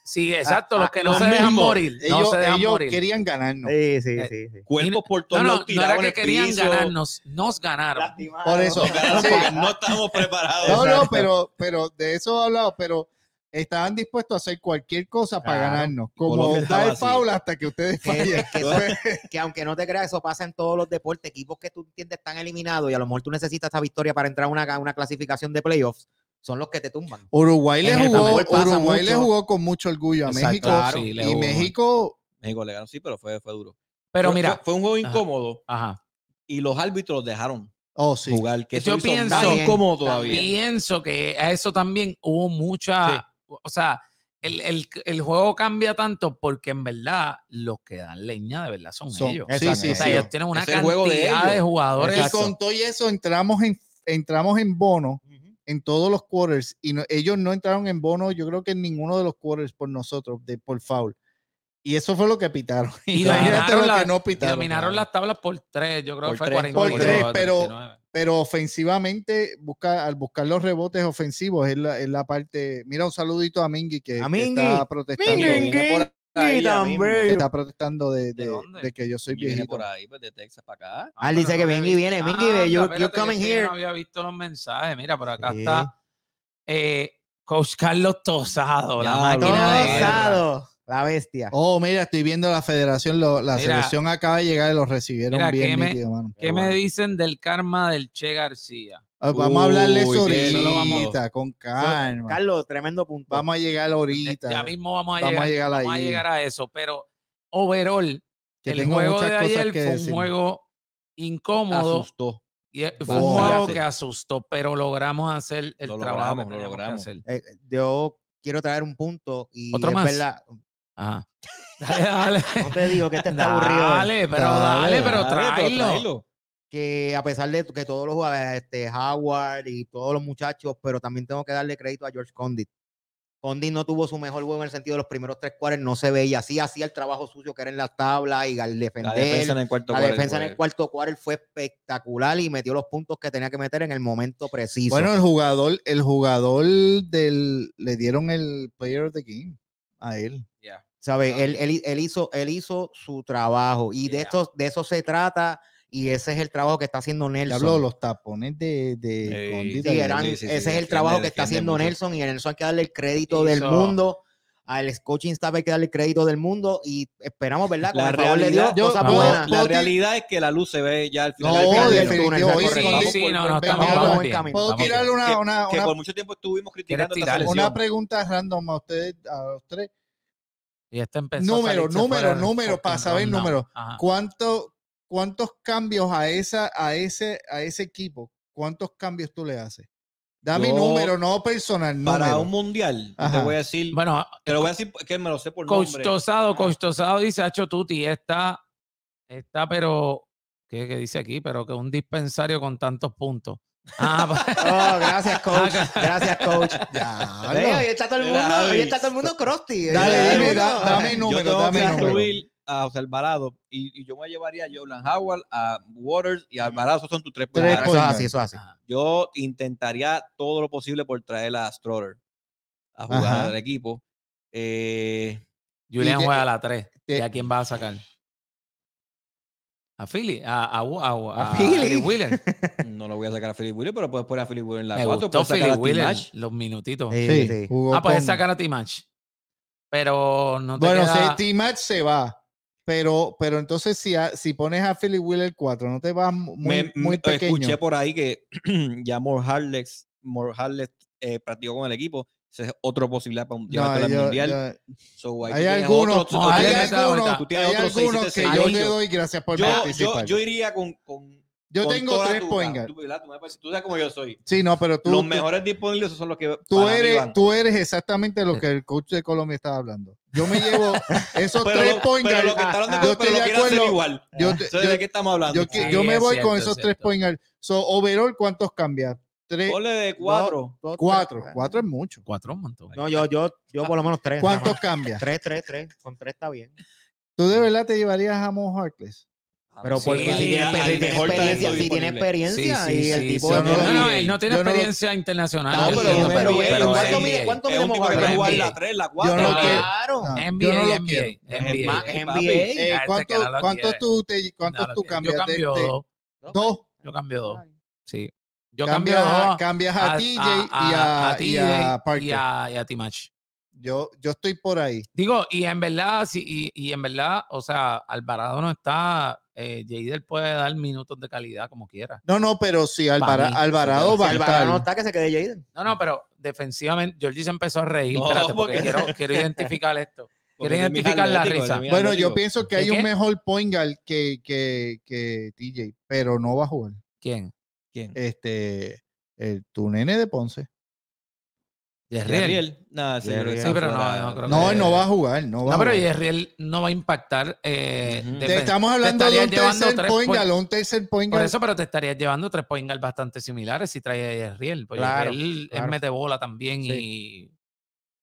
S3: Sí, exacto,
S1: Ah,
S3: los que no
S1: los
S3: se dejan
S1: mismos.
S3: morir.
S1: Ellos,
S3: no se dejan
S1: ellos
S3: morir.
S1: querían ganarnos.
S4: Sí, sí,
S3: Eh,
S4: sí. sí.
S5: Cuerpos por
S3: no,
S5: todos
S3: no,
S5: lados
S3: no era
S5: tirados en
S3: que
S5: el
S3: querían
S5: piso.
S3: ganarnos, nos ganaron.
S1: Por eso.
S5: Ganaron
S1: Sí.
S5: porque no estábamos preparados.
S1: No, no,
S5: Exacto.
S1: pero, pero de eso he hablado, pero estaban dispuestos a hacer cualquier cosa para
S4: Claro.
S1: ganarnos. Como
S5: Colombia estaba
S1: dar
S5: así.
S1: Paula hasta que ustedes
S4: Que-
S1: fallen.
S4: que eso- que aunque no te creas, eso pasa en todos los deportes. Equipos que tú entiendes están eliminados y a lo mejor tú necesitas esta victoria para entrar a una, a una clasificación de playoffs, son los que te tumban.
S1: Uruguay le
S5: En el
S1: jugó,
S5: fútbol pasa
S1: Uruguay le
S5: mucho.
S1: jugó con mucho orgullo a
S5: Exacto,
S1: México.
S5: claro.
S3: Sí, le
S1: y
S3: jugó.
S1: México,
S5: México le ganó, sí, pero fue, fue duro.
S3: Pero
S5: Fue-
S3: mira,
S5: fue, fue un juego
S3: Ajá.
S5: incómodo
S3: ajá.
S5: y los árbitros los dejaron
S1: oh sí.
S5: jugar. Que
S3: Yo
S5: eso hizo
S3: pienso-
S5: más incómodo todavía.
S3: Pienso que a eso también hubo mucha, o sea, el, el- el juego cambia tanto porque en verdad los que dan leña de verdad son,
S1: Son-
S3: ellos.
S1: sí,
S3: O
S1: sí,
S3: sea,
S1: sí.
S3: ellos tienen una
S5: Es el juego de
S3: cantidad de,
S5: ellos.
S3: jugadores.
S1: Y con todo y eso entramos en, entramos en bono en todos los quarters y no- ellos no entraron en bono, yo creo que en ninguno de los quarters por nosotros, de, por foul. Y eso fue lo que pitaron.
S3: Y
S1: Imagínate
S3: dominaron,
S1: lo
S3: la-
S1: que no pitaron.
S3: dominaron las tablas por tres, yo creo
S5: Por
S3: que fue
S5: tres,
S3: 40
S5: por
S1: tres, pero- pero ofensivamente, busca, al buscar los rebotes ofensivos, es la, es la parte. Mira, un saludito a Mingui que,
S4: A
S1: que
S4: Mingy.
S1: está protestando.
S4: Mingy.
S1: viene por ahí
S4: Mingy,
S1: ahora
S4: tan
S1: mismo,
S4: bello.
S1: Está protestando de,
S3: ¿De
S1: de-
S3: dónde?
S1: de que yo soy
S5: Y viene
S1: viejito.
S5: por ahí, pues, de Texas para acá.
S4: Ah, él dice que Mingy viene, Mingy,
S3: Anda,
S4: you- you
S3: Ah, espérate,
S4: coming
S3: que
S4: here.
S3: Yo no había visto los mensajes. Mira, por acá
S4: Sí.
S3: está eh, Coach Carlos Tosado, la
S5: Ya,
S3: máquina de guerra.
S4: Tosado, La bestia.
S1: Oh, mira, estoy viendo la federación, lo- la
S3: Mira.
S1: selección acaba de llegar y los recibieron
S3: Mira, ¿qué
S1: bien,
S3: me-
S1: nítido, mano.
S3: ¿Qué me dicen del karma del Che García?
S1: Ah, Vamos a hablarle
S5: Uy,
S1: eso
S5: que
S1: ahorita,
S5: eso lo vamos-
S1: con calma.
S4: Carlos, tremendo punto.
S1: Vamos a llegar
S3: este, Ya
S1: ahorita.
S3: mismo vamos a
S1: Vamos
S3: llegar,
S1: a llegar
S3: vamos a
S1: ahí.
S3: llegar a eso, pero overall,
S1: Que
S3: el
S1: tengo
S3: juego
S1: muchas
S3: de
S1: cosas
S3: ayer
S1: que
S3: fue un
S1: decir.
S3: juego incómodo
S5: Asustó.
S3: y eh, fue un
S1: Oh.
S3: juego que asustó, pero logramos hacer el
S5: Lo
S3: trabajo
S5: logramos,
S3: que
S5: lo
S3: teníamos que
S5: logramos.
S3: hacer.
S4: Eh, yo quiero traer un punto y
S3: ¿Otro
S4: es
S3: más?
S4: verdad,
S3: Ajá. Dale, dale.
S4: no te digo que este está aburrido. hoy.
S3: Dale, pero dale,
S1: Dale,
S3: pero
S5: Dale, pero
S3: tráelo.
S5: tráelo.
S4: Que a pesar de que todos los jugadores, este, Howard y todos los muchachos, pero también tengo que darle crédito a George Condit. Condit no tuvo su mejor juego en el sentido de los primeros tres cuartos, no se veía así, hacía el trabajo sucio que era en las tablas y al
S5: La
S4: defender.
S5: defensa en el cuarto
S4: La
S5: cuarto, pues.
S4: defensa en el
S5: güey.
S4: cuarto quarter fue espectacular y metió los puntos que tenía que meter en el momento preciso.
S1: Bueno, el jugador, el jugador del le dieron el player of the game a él.
S5: Ya.
S4: ¿Sabe?
S1: ah,
S4: Él, él- él hizo, él hizo su trabajo y de,
S3: Yeah.
S4: estos, de eso se trata y ese es el trabajo que está haciendo
S1: Le
S4: Nelson.
S1: hablo de los tapones de, de
S5: Ey,
S1: Condit
S4: Sí,
S1: ayer.
S4: eran-
S5: sí, sí, sí,
S4: ese es el
S5: defiende,
S4: trabajo que está
S5: defiende
S4: haciendo
S5: mucho.
S4: Nelson y a Nelson hay que darle el crédito del
S3: Hizo-
S4: mundo. Al coaching staff hay que darle el crédito del mundo y esperamos, ¿verdad? Con
S5: La
S4: el favor de Dios,
S5: realidad, yo-
S4: cosas
S5: yo-
S4: buenas.
S5: la
S1: Poti-
S5: realidad es que la luz se ve ya al final.
S1: No,
S5: del túnel.
S1: definitivo, hoy
S5: Correcto.
S1: Condit-
S5: Vamos
S3: Sí,
S5: por-
S3: no, no,
S5: por-
S1: estamos-
S5: vamos-
S1: vamos
S3: bien,
S4: camino.
S1: Puedo
S3: vamos
S1: tirarle
S3: bien.
S1: una, una,
S5: que
S1: una-
S5: por mucho tiempo estuvimos criticando
S3: ¿Quieres
S5: esta
S3: tirar?
S5: selección.
S1: una pregunta random a ustedes, a los tres.
S3: Y este empezó a
S1: Número,
S3: salirse
S1: número,
S3: fuera del
S1: número, para
S3: fucking
S1: saber
S3: rundown.
S1: número.
S4: Ah.
S3: Ajá.
S1: ¿Cuánto, ¿Cuántos cambios a esa, a ese, a ese equipo? ¿Cuántos cambios tú le haces? Dame
S5: Yo-
S1: número, no personal,
S5: Para
S1: número.
S5: un mundial,
S1: Ajá.
S5: te voy a decir,
S3: Bueno,
S5: te lo voy a decir que me lo sé por nombre.
S3: Costosado, Costosado dice, Hacho Tuti, está, está, pero, ¿qué, qué dice aquí? Pero que un dispensario con tantos puntos. Ah, pa-
S4: Oh, gracias, coach. Gracias, coach.
S1: Ya,
S4: Ve,
S1: no.
S4: hoy está todo el mundo,
S5: Era,
S4: hoy está todo el mundo crusty.
S1: Dale,
S4: Hoy está todo el
S1: dime,
S4: mundo-
S1: da- dame
S5: Yo
S1: número,
S5: tengo
S1: dame
S5: que
S1: número.
S5: incluir a José Alvarado y, y yo me llevaría a Jordan Howard, a Waters y a Alvarado. Esos son tus tres
S1: Tres
S5: puntos.
S4: Eso es
S1: coño.
S4: así, eso es así.
S5: Yo intentaría todo lo posible por traer a Stroller a jugar
S1: Ajá.
S5: al equipo. Eh,
S3: Julian
S1: Y-
S3: juega a la 3.
S1: y-
S3: ¿Y a quién va a sacar? A Philly, a, a, a, a-
S4: A
S3: a
S4: Philly.
S3: Philly Wheeler.
S5: no lo voy a sacar a Philip Wheeler, pero puedes poner a Philip Wheeler en la
S3: Me
S5: 4.
S3: gustó
S5: Puedes sacar
S3: Philly
S5: a Tim
S3: Wheeler,
S5: Nash.
S3: los minutitos.
S4: Sí,
S1: Sí,
S4: sí.
S1: jugó
S3: Ah, puedes
S1: con-
S3: sacar a T-Match. Pero no te
S1: Bueno,
S3: queda...
S1: si T-Match se va. Pero, pero entonces, si, a- si pones a Philly Wheeler 4, no te vas mu- muy,
S5: Me-
S1: muy
S5: me-
S1: pequeño.
S5: Escuché por ahí que ya More Harlex, More Harlex, eh, practicó con el equipo. Esa es otra posibilidad para un
S1: No,
S5: llevártelo al
S1: yo-
S5: mundial.
S1: yo-
S5: So, ahí
S1: hay
S5: tú tienes
S1: algunos,
S5: otro-
S3: no,
S5: tú
S1: hay
S5: tienes-
S3: otra-
S1: algunos,
S5: tú tienes
S1: hay
S5: otros seis,
S1: algunos que
S5: siete,
S1: yo
S5: seis.
S1: le doy gracias por
S5: yo, yo,
S1: participar. Yo,
S5: yo iría con. con con
S1: tengo
S5: toda
S1: tres
S5: tu-
S1: point
S5: ah,
S1: guard.
S5: Tú, ¿verdad? Tú me pareces- tú sabes cómo yo soy.
S1: Sí, no, pero tú,
S5: Los
S1: tú-
S5: mejores disponibles esos son los que.
S1: tú
S5: para mí
S1: eres,
S5: van.
S1: tú eres exactamente lo que el coach de Colombia estaba hablando. Yo me llevo esos
S5: Pero
S1: tres
S5: lo-
S1: point
S5: pero lo
S1: guard,
S5: que estaban de
S1: yo
S5: acuerdo,
S1: estoy
S5: pero lo
S1: de
S5: quieren hacer
S1: acuerdo.
S5: igual.
S1: Yo, te-
S5: Entonces,
S1: yo-
S5: ¿de qué estamos hablando?
S1: yo que-
S3: Sí,
S1: yo me
S3: es
S1: voy
S3: cierto,
S1: con
S3: es
S1: esos tres
S3: cierto.
S1: point guard. So, overall, ¿cuántos cambias? Tres,
S5: Ponle de cuatro.
S4: Dos,
S1: cuatro.
S4: tres.
S1: Cuatro es mucho.
S3: Cuatro un montón.
S4: No, yo, yo, yo por lo menos tres. nada
S1: ¿Cuántos
S4: más.
S1: cambias?
S4: Tres, tres, tres. Con tres está bien.
S1: ¿Tú de verdad te llevarías a Mo Harkless?
S4: Pero
S3: Ah, Sí,
S4: porque
S3: sí,
S4: si tiene
S3: al
S4: experiencia,
S5: mejor
S6: experiencia,
S5: talento
S6: si tiene
S5: disponible.
S6: experiencia
S3: Sí, sí,
S6: y el
S3: sí,
S6: tipo
S3: sí,
S1: de
S3: no,
S1: NBA.
S3: no, no, él no tiene
S1: Yo no lo-
S3: experiencia internacional.
S6: No,
S3: él
S6: pero,
S3: tiene
S6: pero,
S5: pero,
S6: bien,
S5: pero,
S6: ¿cuánto
S5: eh,
S6: mide- ¿Cuánto
S5: Es un
S6: medimos
S5: tipo que puede
S6: ahora?
S5: jugar
S6: NBA.
S5: la 3, la
S1: Yo
S5: 4.
S1: no
S5: la-
S1: quiero.
S6: Claro.
S1: No,
S3: NBA,
S1: yo no lo
S3: NBA,
S1: quiero.
S3: NBA.
S6: Es
S3: Papi,
S6: NBA.
S3: este
S1: Eh,
S3: que
S1: ¿cuánto-
S3: no lo
S1: ¿Cuántos
S3: quiere.
S1: tú, te, cuántos
S3: No lo
S1: tú
S3: quiere.
S1: cambias?
S3: Yo
S1: de-
S3: cambio
S1: de-
S3: dos.
S1: dos.
S3: Yo cambio dos. Sí. Yo cambio
S1: Cambias,
S3: dos.
S1: a, cambias a, TJ y a, y
S3: TJ
S1: a Parker.
S3: y a, y a T-Match.
S1: Yo, yo estoy por ahí.
S3: Digo, y en verdad, sí, y, y en verdad, o sea, Alvarado no está, eh, Jader puede dar minutos de calidad como quiera.
S1: No, no, pero si Alvara-
S3: mí,
S1: Alvarado
S6: Si
S1: va a
S6: Alvarado no
S1: estar.
S6: está, que se quede Jaden.
S3: No, no, pero defensivamente, Georgie se empezó a reír,
S5: No,
S3: espérate, porque,
S5: porque-
S3: quiero, quiero identificar esto.
S5: porque
S3: Quiero
S5: es mi
S3: identificar la
S5: atlético,
S3: risa.
S5: es mi
S1: Bueno,
S5: atlético.
S1: yo pienso que
S3: ¿Qué,
S1: hay un
S3: qué?
S1: mejor point guard que, que, que TJ, pero no va a jugar.
S3: ¿Quién?
S5: ¿Quién?
S1: Este, el, tu nene de Ponce.
S3: Jerriel.
S5: Gabriel. Nah, señor,
S4: Jerriel.
S5: está
S3: Sí, pero no,
S5: fuera.
S3: no creo
S1: No, él no va a jugar. No, va
S3: No,
S1: a
S3: pero
S1: jugar.
S3: Jerriel no va a impactar. Eh,
S5: Ujú.
S3: defen-
S1: Te estamos hablando de
S3: estarías
S1: un
S3: llevando
S1: tercer
S3: tres
S1: point
S3: point-
S1: guard, un tercer point
S3: Por
S1: guard.
S3: eso, pero te estarías llevando tres point guard bastante similares si trae a Jerriel. Porque
S4: Claro,
S3: Jerriel
S4: claro.
S3: es metebola también
S4: Sí.
S3: y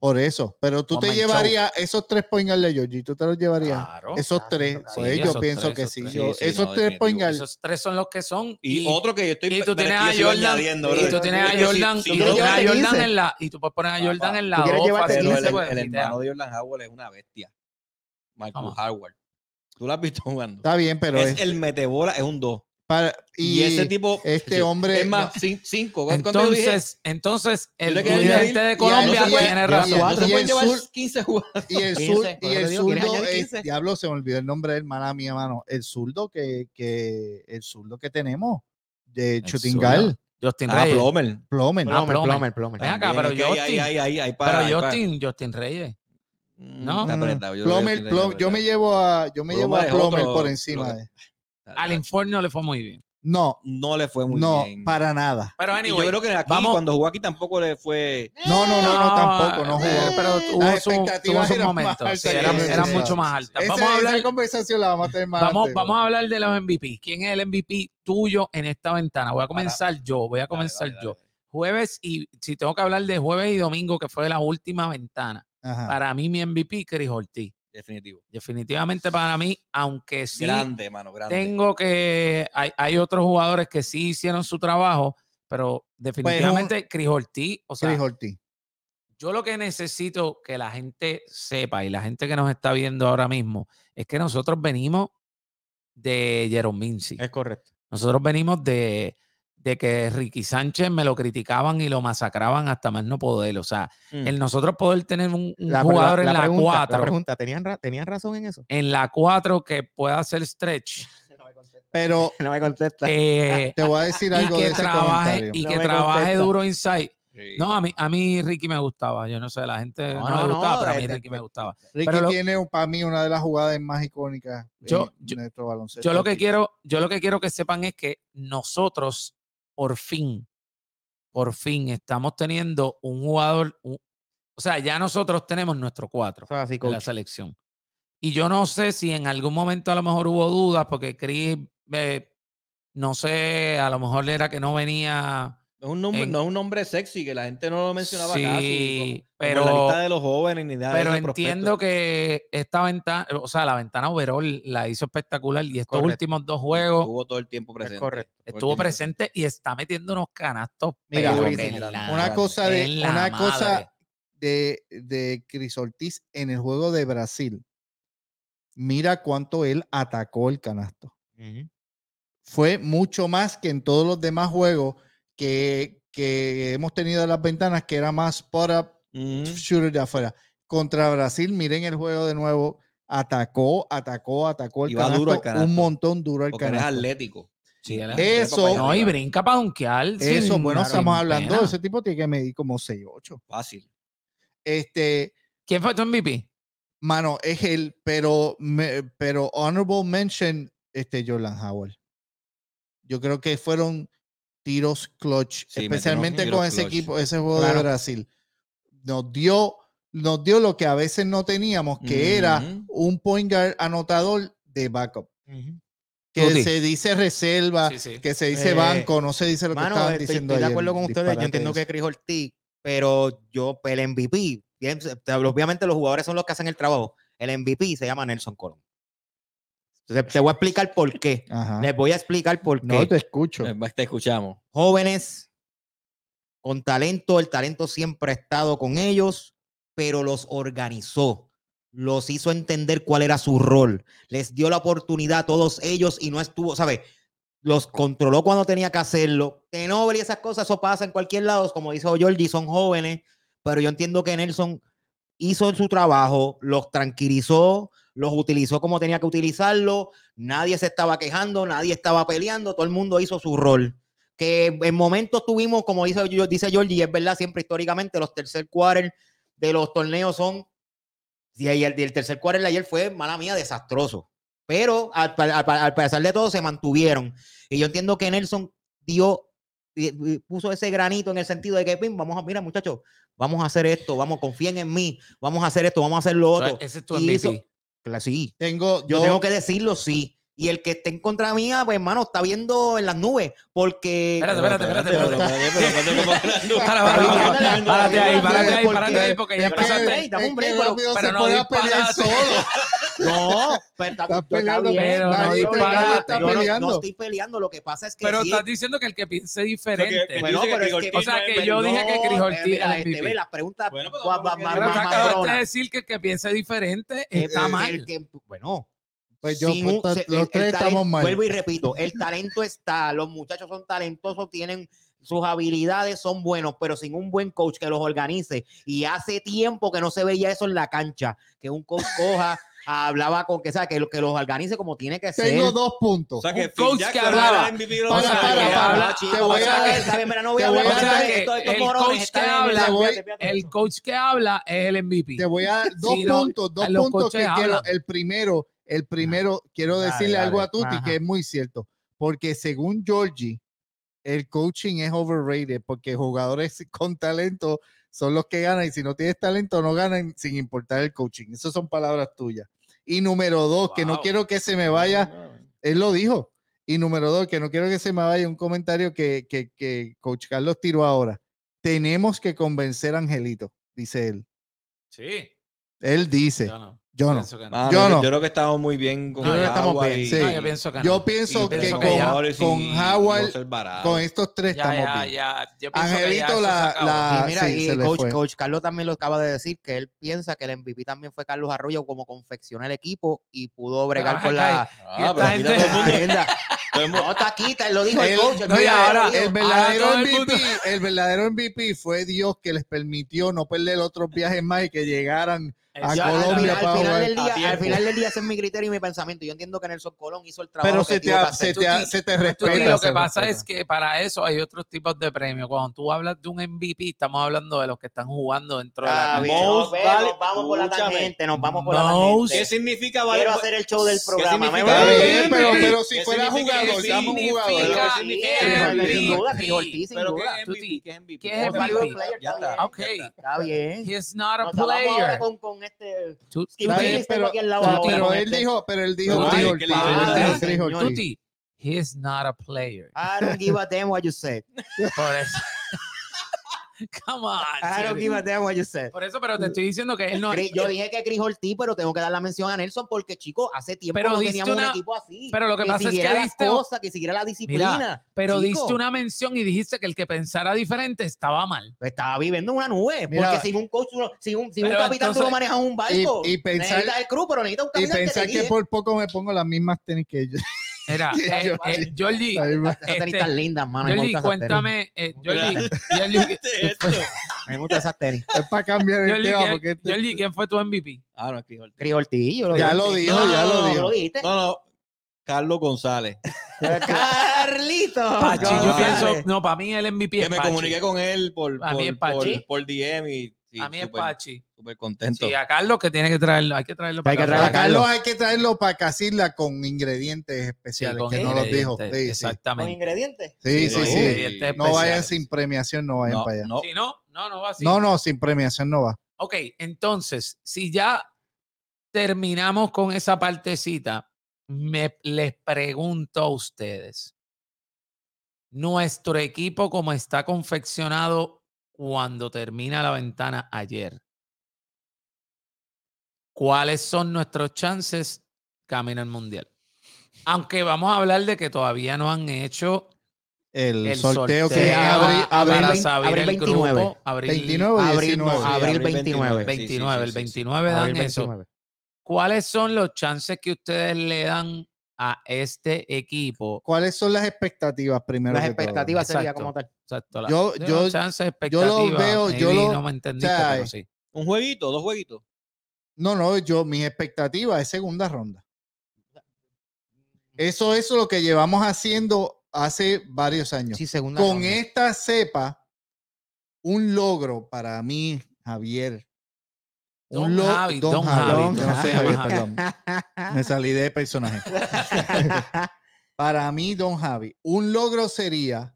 S1: Por eso. Pero tú
S3: One
S1: te
S3: man
S1: llevarías esos tres point guard de Georgie, tú te los llevarías.
S3: Claro.
S1: esos
S4: claro,
S1: tres.
S4: claro.
S1: Pues
S3: Sí,
S1: yo
S3: esos
S1: pienso
S3: tres,
S1: que
S3: esos
S1: sí.
S3: tres.
S1: yo-
S5: Sí, sí,
S1: esos
S5: no,
S1: tres point guard.
S3: Esos tres son los que son.
S5: Y, otro que yo estoy
S3: y tú tienes
S5: espérate,
S3: a
S5: yo sigo
S3: Jordan.
S5: añadiendo,
S3: Y
S5: brother.
S3: tú tienes a
S5: Yo sí-
S3: Jordan.
S5: sí,
S3: Y
S5: yo
S3: tú
S5: creo
S3: tienes
S5: que
S3: a
S6: llevarte
S3: Jordan
S6: 15.
S3: en la. Y tú puedes poner a Jordan en la.
S5: Tú
S6: quieres
S3: dos
S6: llevarte
S3: fácil,
S5: Pero el, em-
S6: quince,
S3: se
S5: el-
S3: puede
S5: el
S3: quitar.
S5: hermano de Jordan Howard es una bestia. Michael
S3: Vamos.
S5: Howard. Tú lo has visto jugando.
S1: Está bien, pero
S5: es
S1: es-
S5: el metebola, es un 2.
S1: para-
S5: Y,
S1: y,
S5: ese tipo.
S1: este hombre
S5: Es más, 5.
S3: Entonces, entonces el
S5: le quedé
S3: dirigente
S5: bien.
S3: de
S5: Y
S3: Colombia
S1: ahí-
S3: tiene
S1: y ahí-
S3: razón.
S5: no se
S1: y
S5: pueden
S1: el
S5: llevar
S1: sur-
S5: 15 jugadores.
S1: y el
S4: 15,
S1: zurdo
S4: por
S1: y
S4: eso
S1: el
S4: digo, ¿quieres
S1: zurdo
S4: añadir
S1: es-
S4: 15?
S1: diablo se me olvidó el nombre del mala mía mano el zurdo que, que el zurdo que tenemos de Chutingal
S3: Justin
S5: Ah,
S3: Reyes.
S5: Plummer.
S1: Plomen
S3: Ah,
S4: Plomer,
S3: Plomer.
S4: Plomer, Plomer.
S3: Ven acá, pero
S5: También, es que ahí-
S3: Justin.
S5: ahí- ahí- ahí para- ahí
S3: Pero
S5: para-
S3: Justin, Justin Reyes. ¿no?
S5: Mm, Está apretado, yo creo que
S1: Plomer,
S5: tiene
S1: Plom-
S5: que
S1: Mm. yo me
S5: apretar.
S1: llevo a yo me
S5: Pluma
S1: llevo a
S5: es
S1: Plomer
S5: otro-
S1: por encima de
S3: Al informe no le fue muy bien.
S1: no
S5: No le fue muy
S1: no
S5: bien.
S1: para nada
S3: Pero
S5: Y
S3: anyway.
S5: yo creo que aquí,
S3: vamos-
S5: cuando jugó aquí, tampoco le fue.
S1: no no no, no tampoco no
S3: eh,
S1: jugó
S3: Pero
S1: Las
S3: hubo su- tuvo
S1: expectativas
S3: sus
S1: eran más
S3: momentos.
S1: altas
S3: sí,
S1: que
S3: eran,
S1: esas.
S3: eran mucho más altas.
S1: Esa-
S3: Vamos a hablar
S1: esa conversación la vamos a tener más
S3: Vamos,
S1: adelante.
S3: vamos a hablar de los MVP. ¿Quién es el MVP tuyo en esta ventana? Voy a comenzar yo, voy a comenzar yo. Jueves y si tengo que hablar de jueves y domingo, que fue la última ventana.
S1: Ajá.
S3: Para mí, mi MVP, Chris Ortiz.
S5: Definitivo.
S3: Definitivamente para mí, aunque sí
S5: Grande, mano, grande.
S3: tengo que. Hay, hay otros jugadores que sí hicieron su trabajo, pero definitivamente Chris Ortiz, o sea,
S1: Pues, Chris Ortiz
S3: yo lo que necesito que la gente sepa y la gente que nos está viendo ahora mismo es que nosotros venimos de Jerome Mincy.
S4: Es correcto.
S3: Nosotros venimos de, de que Ricky Sánchez me lo criticaban y lo masacraban hasta más no poder. O sea,
S5: Mm.
S3: el nosotros poder tener un, un
S4: La-
S3: jugador
S4: la- la
S3: en la,
S4: pregunta, La
S3: 4,
S4: pregunta, ¿tenían, ra- ¿tenían razón en eso?
S3: en la 4 que pueda hacer stretch
S1: pero
S4: No me contesta.
S3: eh,
S1: te voy a decir
S3: y
S1: algo de
S3: que
S1: ese
S3: trabaje,
S1: comentario
S3: y
S4: No
S3: que
S4: me
S3: trabaje
S4: contesta.
S3: duro inside.
S5: Sí.
S3: No, a mí, a mí Ricky me gustaba. Yo no sé, la gente
S4: No,
S3: no,
S4: no,
S3: me
S4: no, este
S3: gustaba, pero a mí
S4: de-
S3: Ricky me gustaba.
S1: Ricky
S3: Pero lo-
S1: tiene para mí una de las jugadas más icónicas
S3: Yo-
S1: en
S3: yo-
S1: nuestro baloncesto.
S3: Yo lo que quiero, yo lo que quiero que sepan es que nosotros por fin, por fin estamos teniendo un jugador, un- o sea, ya nosotros tenemos nuestro cuatro
S4: Eso es así,
S3: de
S4: coach.
S3: la selección. Y yo no sé si en algún momento a lo mejor hubo dudas porque Chris, eh, no sé, a lo mejor era que no venía.
S5: No es un nombre,
S3: En-
S5: no es un nombre sexy que la gente no lo mencionaba
S3: Sí,
S5: casi. como- como
S3: pero-
S5: en la lista de los jóvenes ni nada. de
S3: Pero
S5: esos prospectos.
S3: entiendo que esta ventana, o sea, la ventana overall la hizo espectacular y estos
S4: Correcto.
S3: últimos dos juegos
S5: Estuvo todo el tiempo presente.
S4: correcto.
S5: Todo el
S3: estuvo
S5: tiempo
S3: presente y está metiendo unos canastos.
S1: Mira,
S3: pero que
S4: durísimo.
S3: en la-
S1: Una cosa de,
S3: Ah, en la
S1: una
S3: madre.
S1: cosa de, de Cris Ortiz en el juego de Brasil. Mira cuánto él atacó el canasto.
S4: Ujú.
S1: Fue mucho más que en todos los demás juegos que, que hemos tenido en las ventanas, que era más spot up
S5: Ujú.
S1: shooter de afuera. Contra Brasil, miren el juego de nuvo. Atacó, atacó, atacó el
S5: Y va
S1: canasto,
S5: duro al
S1: Un
S5: canasto.
S1: montón duro al
S5: Porque eres
S1: canasto.
S5: atlético.
S3: Sí, era-
S1: Eh, Eso-
S3: no, y brinca para donkear.
S1: Eso,
S3: sin-
S1: bueno,
S3: sin
S1: estamos hablando.
S3: pena.
S1: Ese tipo tiene que medir como 6, 8.
S5: Fácil.
S1: Este,
S3: ¿Quién fue tu MVP?
S1: mano, es él, pero, me- pero honorable mention, este Jordan Howard. Yo creo que fueron tiros clutch,
S5: Sí, metieron
S1: especialmente
S5: tiros
S1: con ese
S5: clutch.
S1: equipo, ese juego
S4: Claro.
S1: de Brasil. Nos dio, nos dio lo que a veces no teníamos, que era
S5: Ujú.
S1: un point guard anotador de backup.
S4: Ujú.
S1: Que
S3: Tuti.
S1: se dice reserva,
S3: Sí, sí.
S1: que se dice
S4: Eh,
S1: banco, no se dice lo que
S4: Mano,
S1: estaban
S4: estoy,
S1: diciendo
S4: estoy de
S1: ayer,
S4: acuerdo con ustedes. Yo
S1: disparate
S4: entiendo
S1: ese.
S4: que Chris Ortiz, pero yo, el MVP, bien, se- te- obviamente los jugadores son los que hacen el trabajo. El MVP se llama Nelson Colón. Entonces, te voy a explicar por qué.
S1: Ajá.
S4: Les voy a explicar por qué.
S1: Ah. No te escucho.
S5: Eh, Te escuchamos.
S4: jóvenes con talento, el talento siempre ha estado con ellos, pero los organizó, los hizo entender cuál era su rol, les dio la oportunidad a todos ellos y no estuvo, ¿sabes? Los controló cuando tenía que hacerlo. Tenoble y esas cosas, eso pasa en cualquier lado, como dice Georgie, son jóvenes, pero yo entiendo que Nelson hizo su trabajo, los tranquilizó, los utilizó como tenía que utilizarlo, nadie se estaba quejando, nadie estaba peleando, todo el mundo hizo su rol que en momentos tuvimos, como dice, yo- dice Georgie, y es verdad, siempre históricamente los tercer quarter de los torneos son, y ahí el, y el tercer quarter de ayer fue, mala mía, desastroso. Pero al, pa- al pa- al pesar de todo, se mantuvieron. Y yo entiendo que Nelson dio, y- y puso ese granito en el sentido de que, "Pim, vamos a, mira muchachos, vamos a hacer esto, vamos, confíen en mí, vamos a hacer esto, vamos a hacer lo otro.
S3: Ese es tu
S4: Y
S3: MVP.
S4: hizo- Claro, sí,
S1: Tengo,
S4: yo tengo que decirlo, sí. Y el que esté en contra mía, pues hermano, está viendo en las nubes, porque...
S3: Espérate, espérate, espérate. espérate. Para, para,
S4: eh, Está
S3: para,
S4: bien, dale,
S3: para, Párate
S4: dale,
S3: ahí,
S4: dale,
S3: párate ahí,
S4: porque-
S3: párate ahí, porque ya
S4: es que-
S3: empezaste.
S4: Ey, dame un
S1: es
S4: break,
S1: que
S4: pero-
S1: rápido
S3: pero
S1: se
S3: no
S1: puede
S3: disparate.
S1: pelear solo.
S4: No, pero está,
S1: Estás
S4: está
S1: peleando,
S4: bien,
S3: pero
S4: no,
S3: no
S4: yo-
S3: disparate.
S4: yo no-
S1: peleando.
S4: no estoy peleando, lo que pasa es que
S3: Pero
S4: sí,
S3: estás diciendo que el que piense diferente.
S5: Bueno, Dice que Cristina
S3: o sea, que
S5: es
S3: yo
S5: el
S3: dije que
S4: no,
S3: Crijolti
S4: mira,
S3: era el
S4: este, ve,
S3: MVP.
S4: las preguntas
S5: Bueno, pero
S4: va- va-
S5: tampoco
S4: va-
S5: quiero-
S3: Pero
S4: va-
S3: tú
S4: más
S3: acabaste de
S4: cabronas.
S3: decir que el que piense diferente
S4: Eh,
S3: está
S4: el
S3: mal.
S4: que- bueno,
S1: Pues yo,
S4: sin
S1: pues,
S4: un-
S1: ta-
S4: se- el-
S1: los
S4: el
S1: tres estamos
S4: talento-
S1: mal.
S4: Vuelvo y repito, el talento está, los muchachos son talentosos, tienen sus habilidades, son buenos, pero sin un buen coach que los organice. Y hace tiempo que no se veía eso en la cancha, que un coach coja, hablaba con que, sabe, que, lo- que los organice como tiene que ser.
S1: Tengo dos puntos.
S3: Un coach que hablaba.
S1: Para,
S3: o sea,
S1: para,
S3: que
S1: para.
S3: habla-
S1: Te voy
S3: o sea,
S1: a
S3: que-
S1: dar-
S4: Está bien, mira, no voy
S1: te
S4: a
S1: voy
S4: hablar
S1: a
S4: más
S1: dar-
S4: de esto, estos
S3: el
S4: morones
S3: coach
S4: están
S3: que
S4: en-
S3: habla-
S1: te voy-
S4: fíjate, fíjate.
S3: El coach que habla es el MVP.
S1: Te voy a dar dos
S3: Sí, no,
S1: puntos, dos
S3: los
S1: puntos
S3: coches
S1: que quiero.
S3: hablan.
S1: El primero, el primero, quiero
S4: dale,
S1: decirle algo
S4: dale,
S1: a Tuti
S4: ajá.
S1: que es muy cierto, porque según Georgie, el coaching es overrated porque jugadores con talento son los que ganan y si no tienes talento no ganan sin importar el coaching. Esas son palabras tuyas. Y número dos, que no
S3: Wow.
S1: quiero que se me vaya, él lo dijo. Y número dos, que no quiero que se me vaya un comentario que, que, que Coach Carlos tiró ahora. Tenemos que convencer a Angelito, dice él.
S3: Sí.
S1: Él dice,
S3: Yo no.
S1: yo no.
S3: Pienso que no.
S5: Mano,
S1: Yo
S5: yo,
S1: no.
S5: yo creo que estamos muy bien con
S3: Yo creo que
S1: estamos
S5: Howard
S1: bien,
S5: y-
S1: sí.
S5: y
S3: No, yo pienso que
S1: Yo
S3: no.
S1: pienso
S5: los
S1: que,
S3: pienso
S1: con,
S3: que ya-
S5: jugadores y
S1: con
S5: no
S1: Howard,
S5: ser barato.
S1: con estos tres
S3: Ya,
S1: estamos
S3: ya,
S1: bien.
S3: ya. Yo pienso que ya
S1: Angelito,
S3: eso se
S1: la,
S3: acabó.
S1: la-
S4: Y mira,
S1: sí, se
S4: y
S1: le
S4: coach,
S1: fue.
S4: coach Carlos también lo acaba de decir, que él piensa que el MVP también fue Carlos Arroyo como confeccionó el equipo y pudo bregar
S3: Ah,
S4: con la
S5: Ah,
S3: esta
S5: pero mira
S3: gente-
S5: todo el mundo-
S4: agenda.
S5: todo el
S4: No,
S5: mundo-
S4: está aquí, te lo dijo el,
S1: El-
S4: coach. el
S3: no, y
S4: primero
S3: ahora-
S4: lo dijo.
S1: El
S3: todo
S1: verdadero,
S3: el
S1: MVP,
S3: mundo-
S1: el verdadero MVP fue Dios que les permitió no perder otros viajes más y que llegaran a
S4: Yo, al
S1: Colombia
S4: final- al,
S1: para
S4: final
S1: jugar.
S4: del
S5: a
S4: día, al
S5: tiempo.
S4: final del día, ese es mi criterio y mi pensamiento. Yo entiendo que Nelson Colón hizo el trabajo
S1: Pero
S4: que
S1: se te,
S4: tuvo que
S1: ha-
S4: hacer.
S1: se te, ha- se te
S3: Tú, y
S1: respeta.
S3: lo que
S1: se
S3: pasa
S1: respeta.
S3: es que para eso hay otros tipos de premios. Cuando tú hablas de un MVP, estamos hablando de los que están jugando dentro de la
S4: Ah,
S3: cancha.
S4: bien, nos
S5: Most
S4: vemos,
S5: vale-
S4: vamos por la
S5: Escúchame.
S4: tangente, nos vamos por
S3: Most-
S4: la
S5: ¿Qué
S4: tangente.
S5: significa
S4: Quiero
S5: vale-
S4: hacer el show del
S5: ¿Qué
S4: programa. me voy.
S5: significa
S1: Está
S5: vale-
S1: bien, pero, pero si
S5: ¿Qué
S1: fuera
S5: significa
S1: jugador,
S5: MVP?
S1: damos un
S4: Pero que
S1: jugador.
S4: sí, sin duda, sin duda, sin
S5: Pero ¿qué
S4: duda.
S5: es
S3: Tuti,
S5: MVP? ¿Qué es MVP?
S3: ¿qué es
S5: Vota,
S3: MVP?
S5: vota, ya
S4: Está
S5: está.
S3: Ok,
S4: Está bien.
S3: he is not a
S4: Nos vamos ahora
S3: player.
S4: con, con este...
S3: Tu-
S4: Skip
S1: Está
S3: Tuti,
S1: bien,
S4: Bayless tengo
S1: pero-
S4: aquí al lado
S1: Pero,
S4: ahora
S1: pero
S4: con
S1: él
S4: este.
S1: dijo, pero él dijo,
S3: No,
S1: Dijo
S5: ay,
S1: Ortiz,
S5: que
S1: él
S5: le-
S1: dijo
S4: Ah,
S1: Dijo
S4: señor.
S1: Ortiz.
S3: Tuti, he is not a player.
S4: I don't give a damn what you said.
S3: Por eso. Come on.
S4: I don't
S3: Jerry.
S4: give a damn what you said.
S3: Por eso, pero te estoy diciendo que él no.
S4: Cri- Yo dije que Chris Ortiz, pero tengo que dar la mención a Nelson porque, chico, hace tiempo
S3: Pero
S4: no
S3: diste
S4: teníamos
S3: una-
S4: un equipo así.
S3: pero lo que pasa es
S4: siguiera
S3: que
S4: las
S3: diste-
S4: cosas, que siguiera la disciplina.
S3: Pero
S4: chico.
S3: diste una mención y dijiste que el que pensara diferente estaba mal.
S4: Pues, Estaba viviendo en una nube.
S1: Mira.
S4: porque sin un coach, uno- sin un, sin un
S3: Pero
S4: capitán, tú no
S3: entonces-
S4: manejas un barco.
S1: y pensar-
S4: necesitas el crew, pero necesitas un
S1: Y
S4: capitán
S1: pensar
S4: te
S1: que
S4: guíe.
S1: por poco me pongo las mismas tenis que ellos.
S3: Era, eh, eh, Georgie,
S1: Las mismas-
S4: Esas tenis
S3: este,
S4: tan lindas, mano. me
S3: Georgie,
S4: gustan esas tenis.
S3: cuéntame, eh, Georgie, Georgie,
S4: Me gustan esas tenis.
S1: Es para cambiar el
S3: Georgie,
S1: tema
S3: ¿quién-
S1: porque este-
S3: Georgie, ¿quién fue tu MVP?
S5: Ah, no, es Cris Ortiz.
S4: Chris Ortiz, yo lo
S1: ya
S4: dije.
S1: lo dijo,
S5: No,
S1: ya lo
S5: no,
S4: Tú
S1: dijo.
S4: lo dijiste.
S5: No, no. Carlos González.
S4: Carlito.
S3: Pachi, yo
S5: Dale.
S3: pienso, no, para mí el MVP
S5: Que
S3: es
S5: me
S3: Pachi.
S5: comuniqué con él por,
S3: A mí es
S5: por,
S3: Pachi.
S5: por, por DM y sí, pues,
S3: a mí es
S5: súper-
S3: Pachi.
S5: súper contento.
S3: Sí, a Carlos que tiene que traerlo, hay que traerlo
S4: Hay que
S3: acá.
S4: traer
S1: A
S4: a Carlos.
S1: Carlos hay que traerlo para casirla con ingredientes
S3: Sí,
S1: especiales,
S3: con
S1: que no los dijo.
S3: ingredientes,
S1: Sí, sí.
S4: Con
S3: Exactamente.
S4: ingredientes.
S1: Sí,
S5: Sí,
S1: sí,
S5: con
S1: sí.
S3: ingredientes
S1: No vayan
S3: especiales.
S1: sin premiación, no vayan
S5: No,
S1: para allá.
S5: no.
S3: Si no, no, no va así.
S1: No, no, sin premiación no va.
S3: Ok, entonces, si ya terminamos con esa partecita, me, les pregunto a ustedes, nuestro equipo como está confeccionado cuando termina la ventana ayer, ¿cuáles son nuestros chances camino al mundial? Aunque vamos a hablar de que todavía no han hecho
S1: El,
S3: el sorteo,
S1: sorteo, que es abri-
S3: para-
S1: abril
S3: para
S1: vein-
S3: saber
S4: abril
S3: el
S4: 29.
S3: grupo. Abril
S1: 29 y
S4: Abril,
S1: 19.
S4: no, abril
S5: abril
S4: 29.
S5: 29. Sí, sí,
S3: 29, el
S5: sí, sí, sí.
S3: 29 dan
S4: Abril
S3: eso.
S4: 29.
S3: ¿Cuáles son los chances que ustedes le dan a este equipo?
S1: ¿Cuáles son las expectativas primero?
S4: Las
S1: que todo?
S4: expectativas sería
S3: Exacto.
S4: como tal.
S3: Exacto, la-
S1: Yo-
S3: de
S1: yo-
S3: los chances,
S1: yo lo
S3: expectativas,
S1: veo- yo
S3: maybe
S1: lo-
S3: no me entendiste,
S1: o sea,
S3: pero sí.
S5: Un jueguito, dos jueguitos.
S1: No, no, yo, mis expectativas es segunda ronda. Eso es lo que llevamos haciendo hace varios años.
S4: Sí, segunda.
S1: Con
S4: ronda.
S1: esta cepa, un logro para mí, Javier.
S3: Don
S1: lo-
S3: Javi, Don Javi,
S1: Don-
S3: Don
S1: no sé,
S3: Javi.
S1: Javier, perdón. Me salí de personaje. Para mí, Don Javi, un logro sería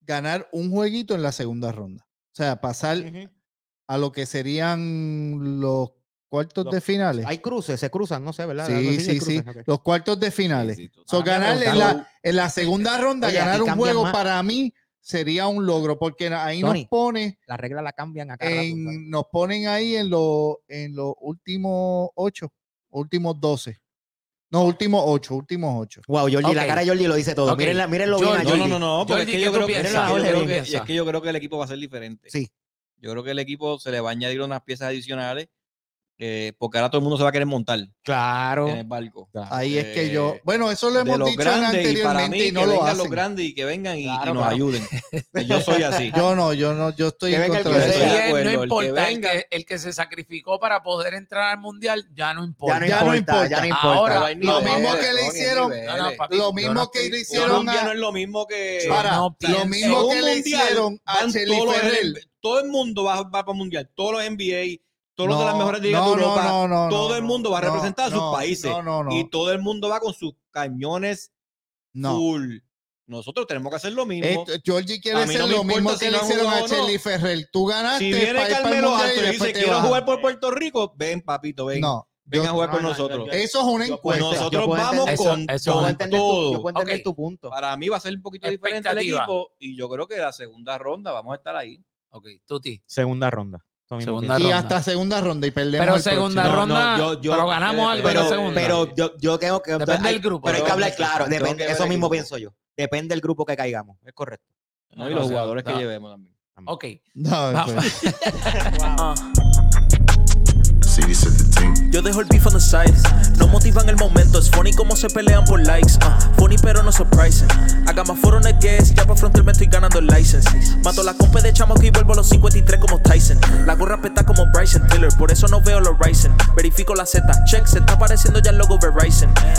S1: ganar un jueguito en la segunda ronda. O sea, pasar
S4: Ujú.
S1: a lo que serían los cuartos
S4: Los-
S1: de finales.
S4: Hay cruces, se cruzan, no sé, ¿verdad? Algo
S1: sí,
S4: así, hay
S1: sí, sí.
S4: cruces, ok.
S1: Los cuartos de finales.
S5: Sí, sí, total.
S1: So,
S4: Ahora me
S1: ganar en
S4: preguntaron-
S1: la, en la segunda ronda,
S4: Oye, aquí
S1: ganar un
S4: cambian
S1: juego
S4: más.
S1: para mí sería un logro, porque ahí
S4: Tony,
S1: nos pone
S4: La regla la cambian acá.
S1: en, nos ponen ahí en los en los últimos ocho, últimos doce. No, últimos ocho, últimos ocho.
S4: Wow, Jordi,
S3: Ok.
S4: la cara de Jordi lo dice todo.
S3: Ok.
S4: Miren, la, miren lo
S3: Jordi,
S4: bien a
S5: No,
S4: Jordi.
S5: no, no, no,
S3: Jordi,
S5: porque es que
S3: ¿qué
S5: yo
S3: tú
S5: creo,
S3: piensas?
S5: mira, yo
S3: Jordi,
S5: creo
S3: ¿qué
S5: que,
S3: piensas?
S5: es que yo creo que el equipo va a ser diferente.
S4: Sí.
S5: Yo creo que el equipo se le va a añadir unas piezas adicionales eh, porque ahora todo el mundo se va a querer montar
S4: Claro.
S5: en el barco.
S1: Ahí es que yo.
S5: Eh,
S1: Bueno, eso lo
S5: de
S1: hemos
S5: los
S1: dicho
S5: grandes y para mí
S1: anteriormente y, no
S5: que
S1: lo
S5: vengan los
S1: hacen.
S5: grandes y que vengan y, y
S4: Claro,
S5: nos
S4: claro.
S5: ayuden. Y yo soy así.
S1: Yo no, yo no, yo estoy
S4: Que
S1: en
S4: venga el
S1: contra de
S4: que
S1: eso.
S5: sea.
S1: Ya-
S5: de acuerdo,
S3: no
S5: el que
S3: importa, el
S5: venga.
S3: que, el que se sacrificó para poder entrar al mundial, ya no importa.
S4: Ya no,
S1: Ya no
S4: importa, ya no
S3: importa.
S4: importa.
S3: Ahora,
S5: No hay
S1: lo
S5: niveles,
S1: mismo que le
S5: Tony,
S1: hicieron-
S5: hay
S3: No, no,
S5: niveles.
S3: papi,
S1: Lo
S3: yo no
S1: mismo que
S3: estoy-
S1: le
S5: Yo
S3: yo
S1: hicieron
S5: no, ya no
S1: a,
S5: es lo mismo que.
S3: Yo
S1: para,
S3: no
S1: lo
S3: pienso-
S1: mismo
S5: un
S1: que le
S5: mundial
S1: hicieron a
S5: van
S1: Chelly
S5: todos los
S1: Ferrell.
S5: N- Todo el mundo va, va para el mundial. Todos los NBA, todos los de las
S1: No,
S5: mejores ligas
S1: no,
S5: de
S1: no,
S5: Europa.
S1: no, no,
S5: todo
S1: no,
S5: el mundo va a
S1: no,
S5: representar a sus
S1: no,
S5: países.
S1: No, no, no.
S5: Y todo el mundo va con sus cañones
S1: no.
S5: full. Nosotros tenemos que hacer lo mismo.
S1: Esto- Georgie quiere
S5: A mí
S1: hacer
S5: no me
S1: lo mismo
S5: importa
S1: que
S5: si
S1: le
S5: no han
S1: hicieron a
S5: jugado o no.
S1: Chelly Ferrell. Tú ganaste.
S5: si viene
S1: pa' ir pa'l
S5: Carmelo
S1: mundial
S5: Anthony y dice,
S1: después te
S5: quiero
S1: bajas".
S5: jugar por Puerto Rico, ven, papito, ven.
S1: No.
S5: ven
S1: yo-
S5: a jugar
S4: no,
S5: con
S4: no, yo-
S5: nosotros.
S4: yo-
S1: eso es una
S4: yo puedo
S1: encuesta.
S4: entender-
S5: Nosotros
S4: yo puedo
S5: vamos
S4: entender-
S3: Eso-
S5: con,
S3: eso-
S5: con
S4: yo puedo
S3: con
S4: entender tu-
S5: todo.
S4: yo puedo entender
S3: Ok.
S4: tu punto.
S5: Para mí va a ser un poquito diferente el
S3: Expectativa.
S5: equipo y yo creo que la segunda ronda vamos a estar ahí.
S3: Ok, Tuti.
S4: Segunda ronda. Eso mismo
S3: Segunda
S4: pienso.
S1: Y
S3: ronda.
S1: hasta segunda ronda y perdemos.
S3: Pero
S1: el
S3: segunda
S5: No,
S1: próximo.
S5: no,
S3: ronda,
S5: yo- yo-
S3: pero ganamos algo en la
S5: pero-
S3: segunda.
S4: Pero yo, yo tengo que.
S3: Depende
S4: hay-
S3: del grupo.
S4: Pero hay que
S5: Tengo
S4: hablar
S5: que
S4: claro.
S5: ver-
S4: depende-
S5: tengo que
S4: eso
S5: ver
S4: mismo
S5: el
S4: pienso yo. Depende del grupo que caigamos. Es correcto.
S5: ¿no? Y los
S3: o sea,
S5: jugadores que
S3: no.
S5: llevemos también.
S3: ok,
S1: No,
S3: vamos.
S1: pues.
S2: Ah, Yo dejo el beef on the side. No motivan el momento. Es funny como se pelean por likes. ah. funny pero no surprising. I got my foot on the gas. Ya por frontal me estoy ganando el license. Mato la compa de chamo que vuelvo a los 53 como Tyson. La gorra peta como Bryson Tiller. Por eso no veo los Ryzen. Verifico la Z. Check. Se está apareciendo ya el logo Verizon.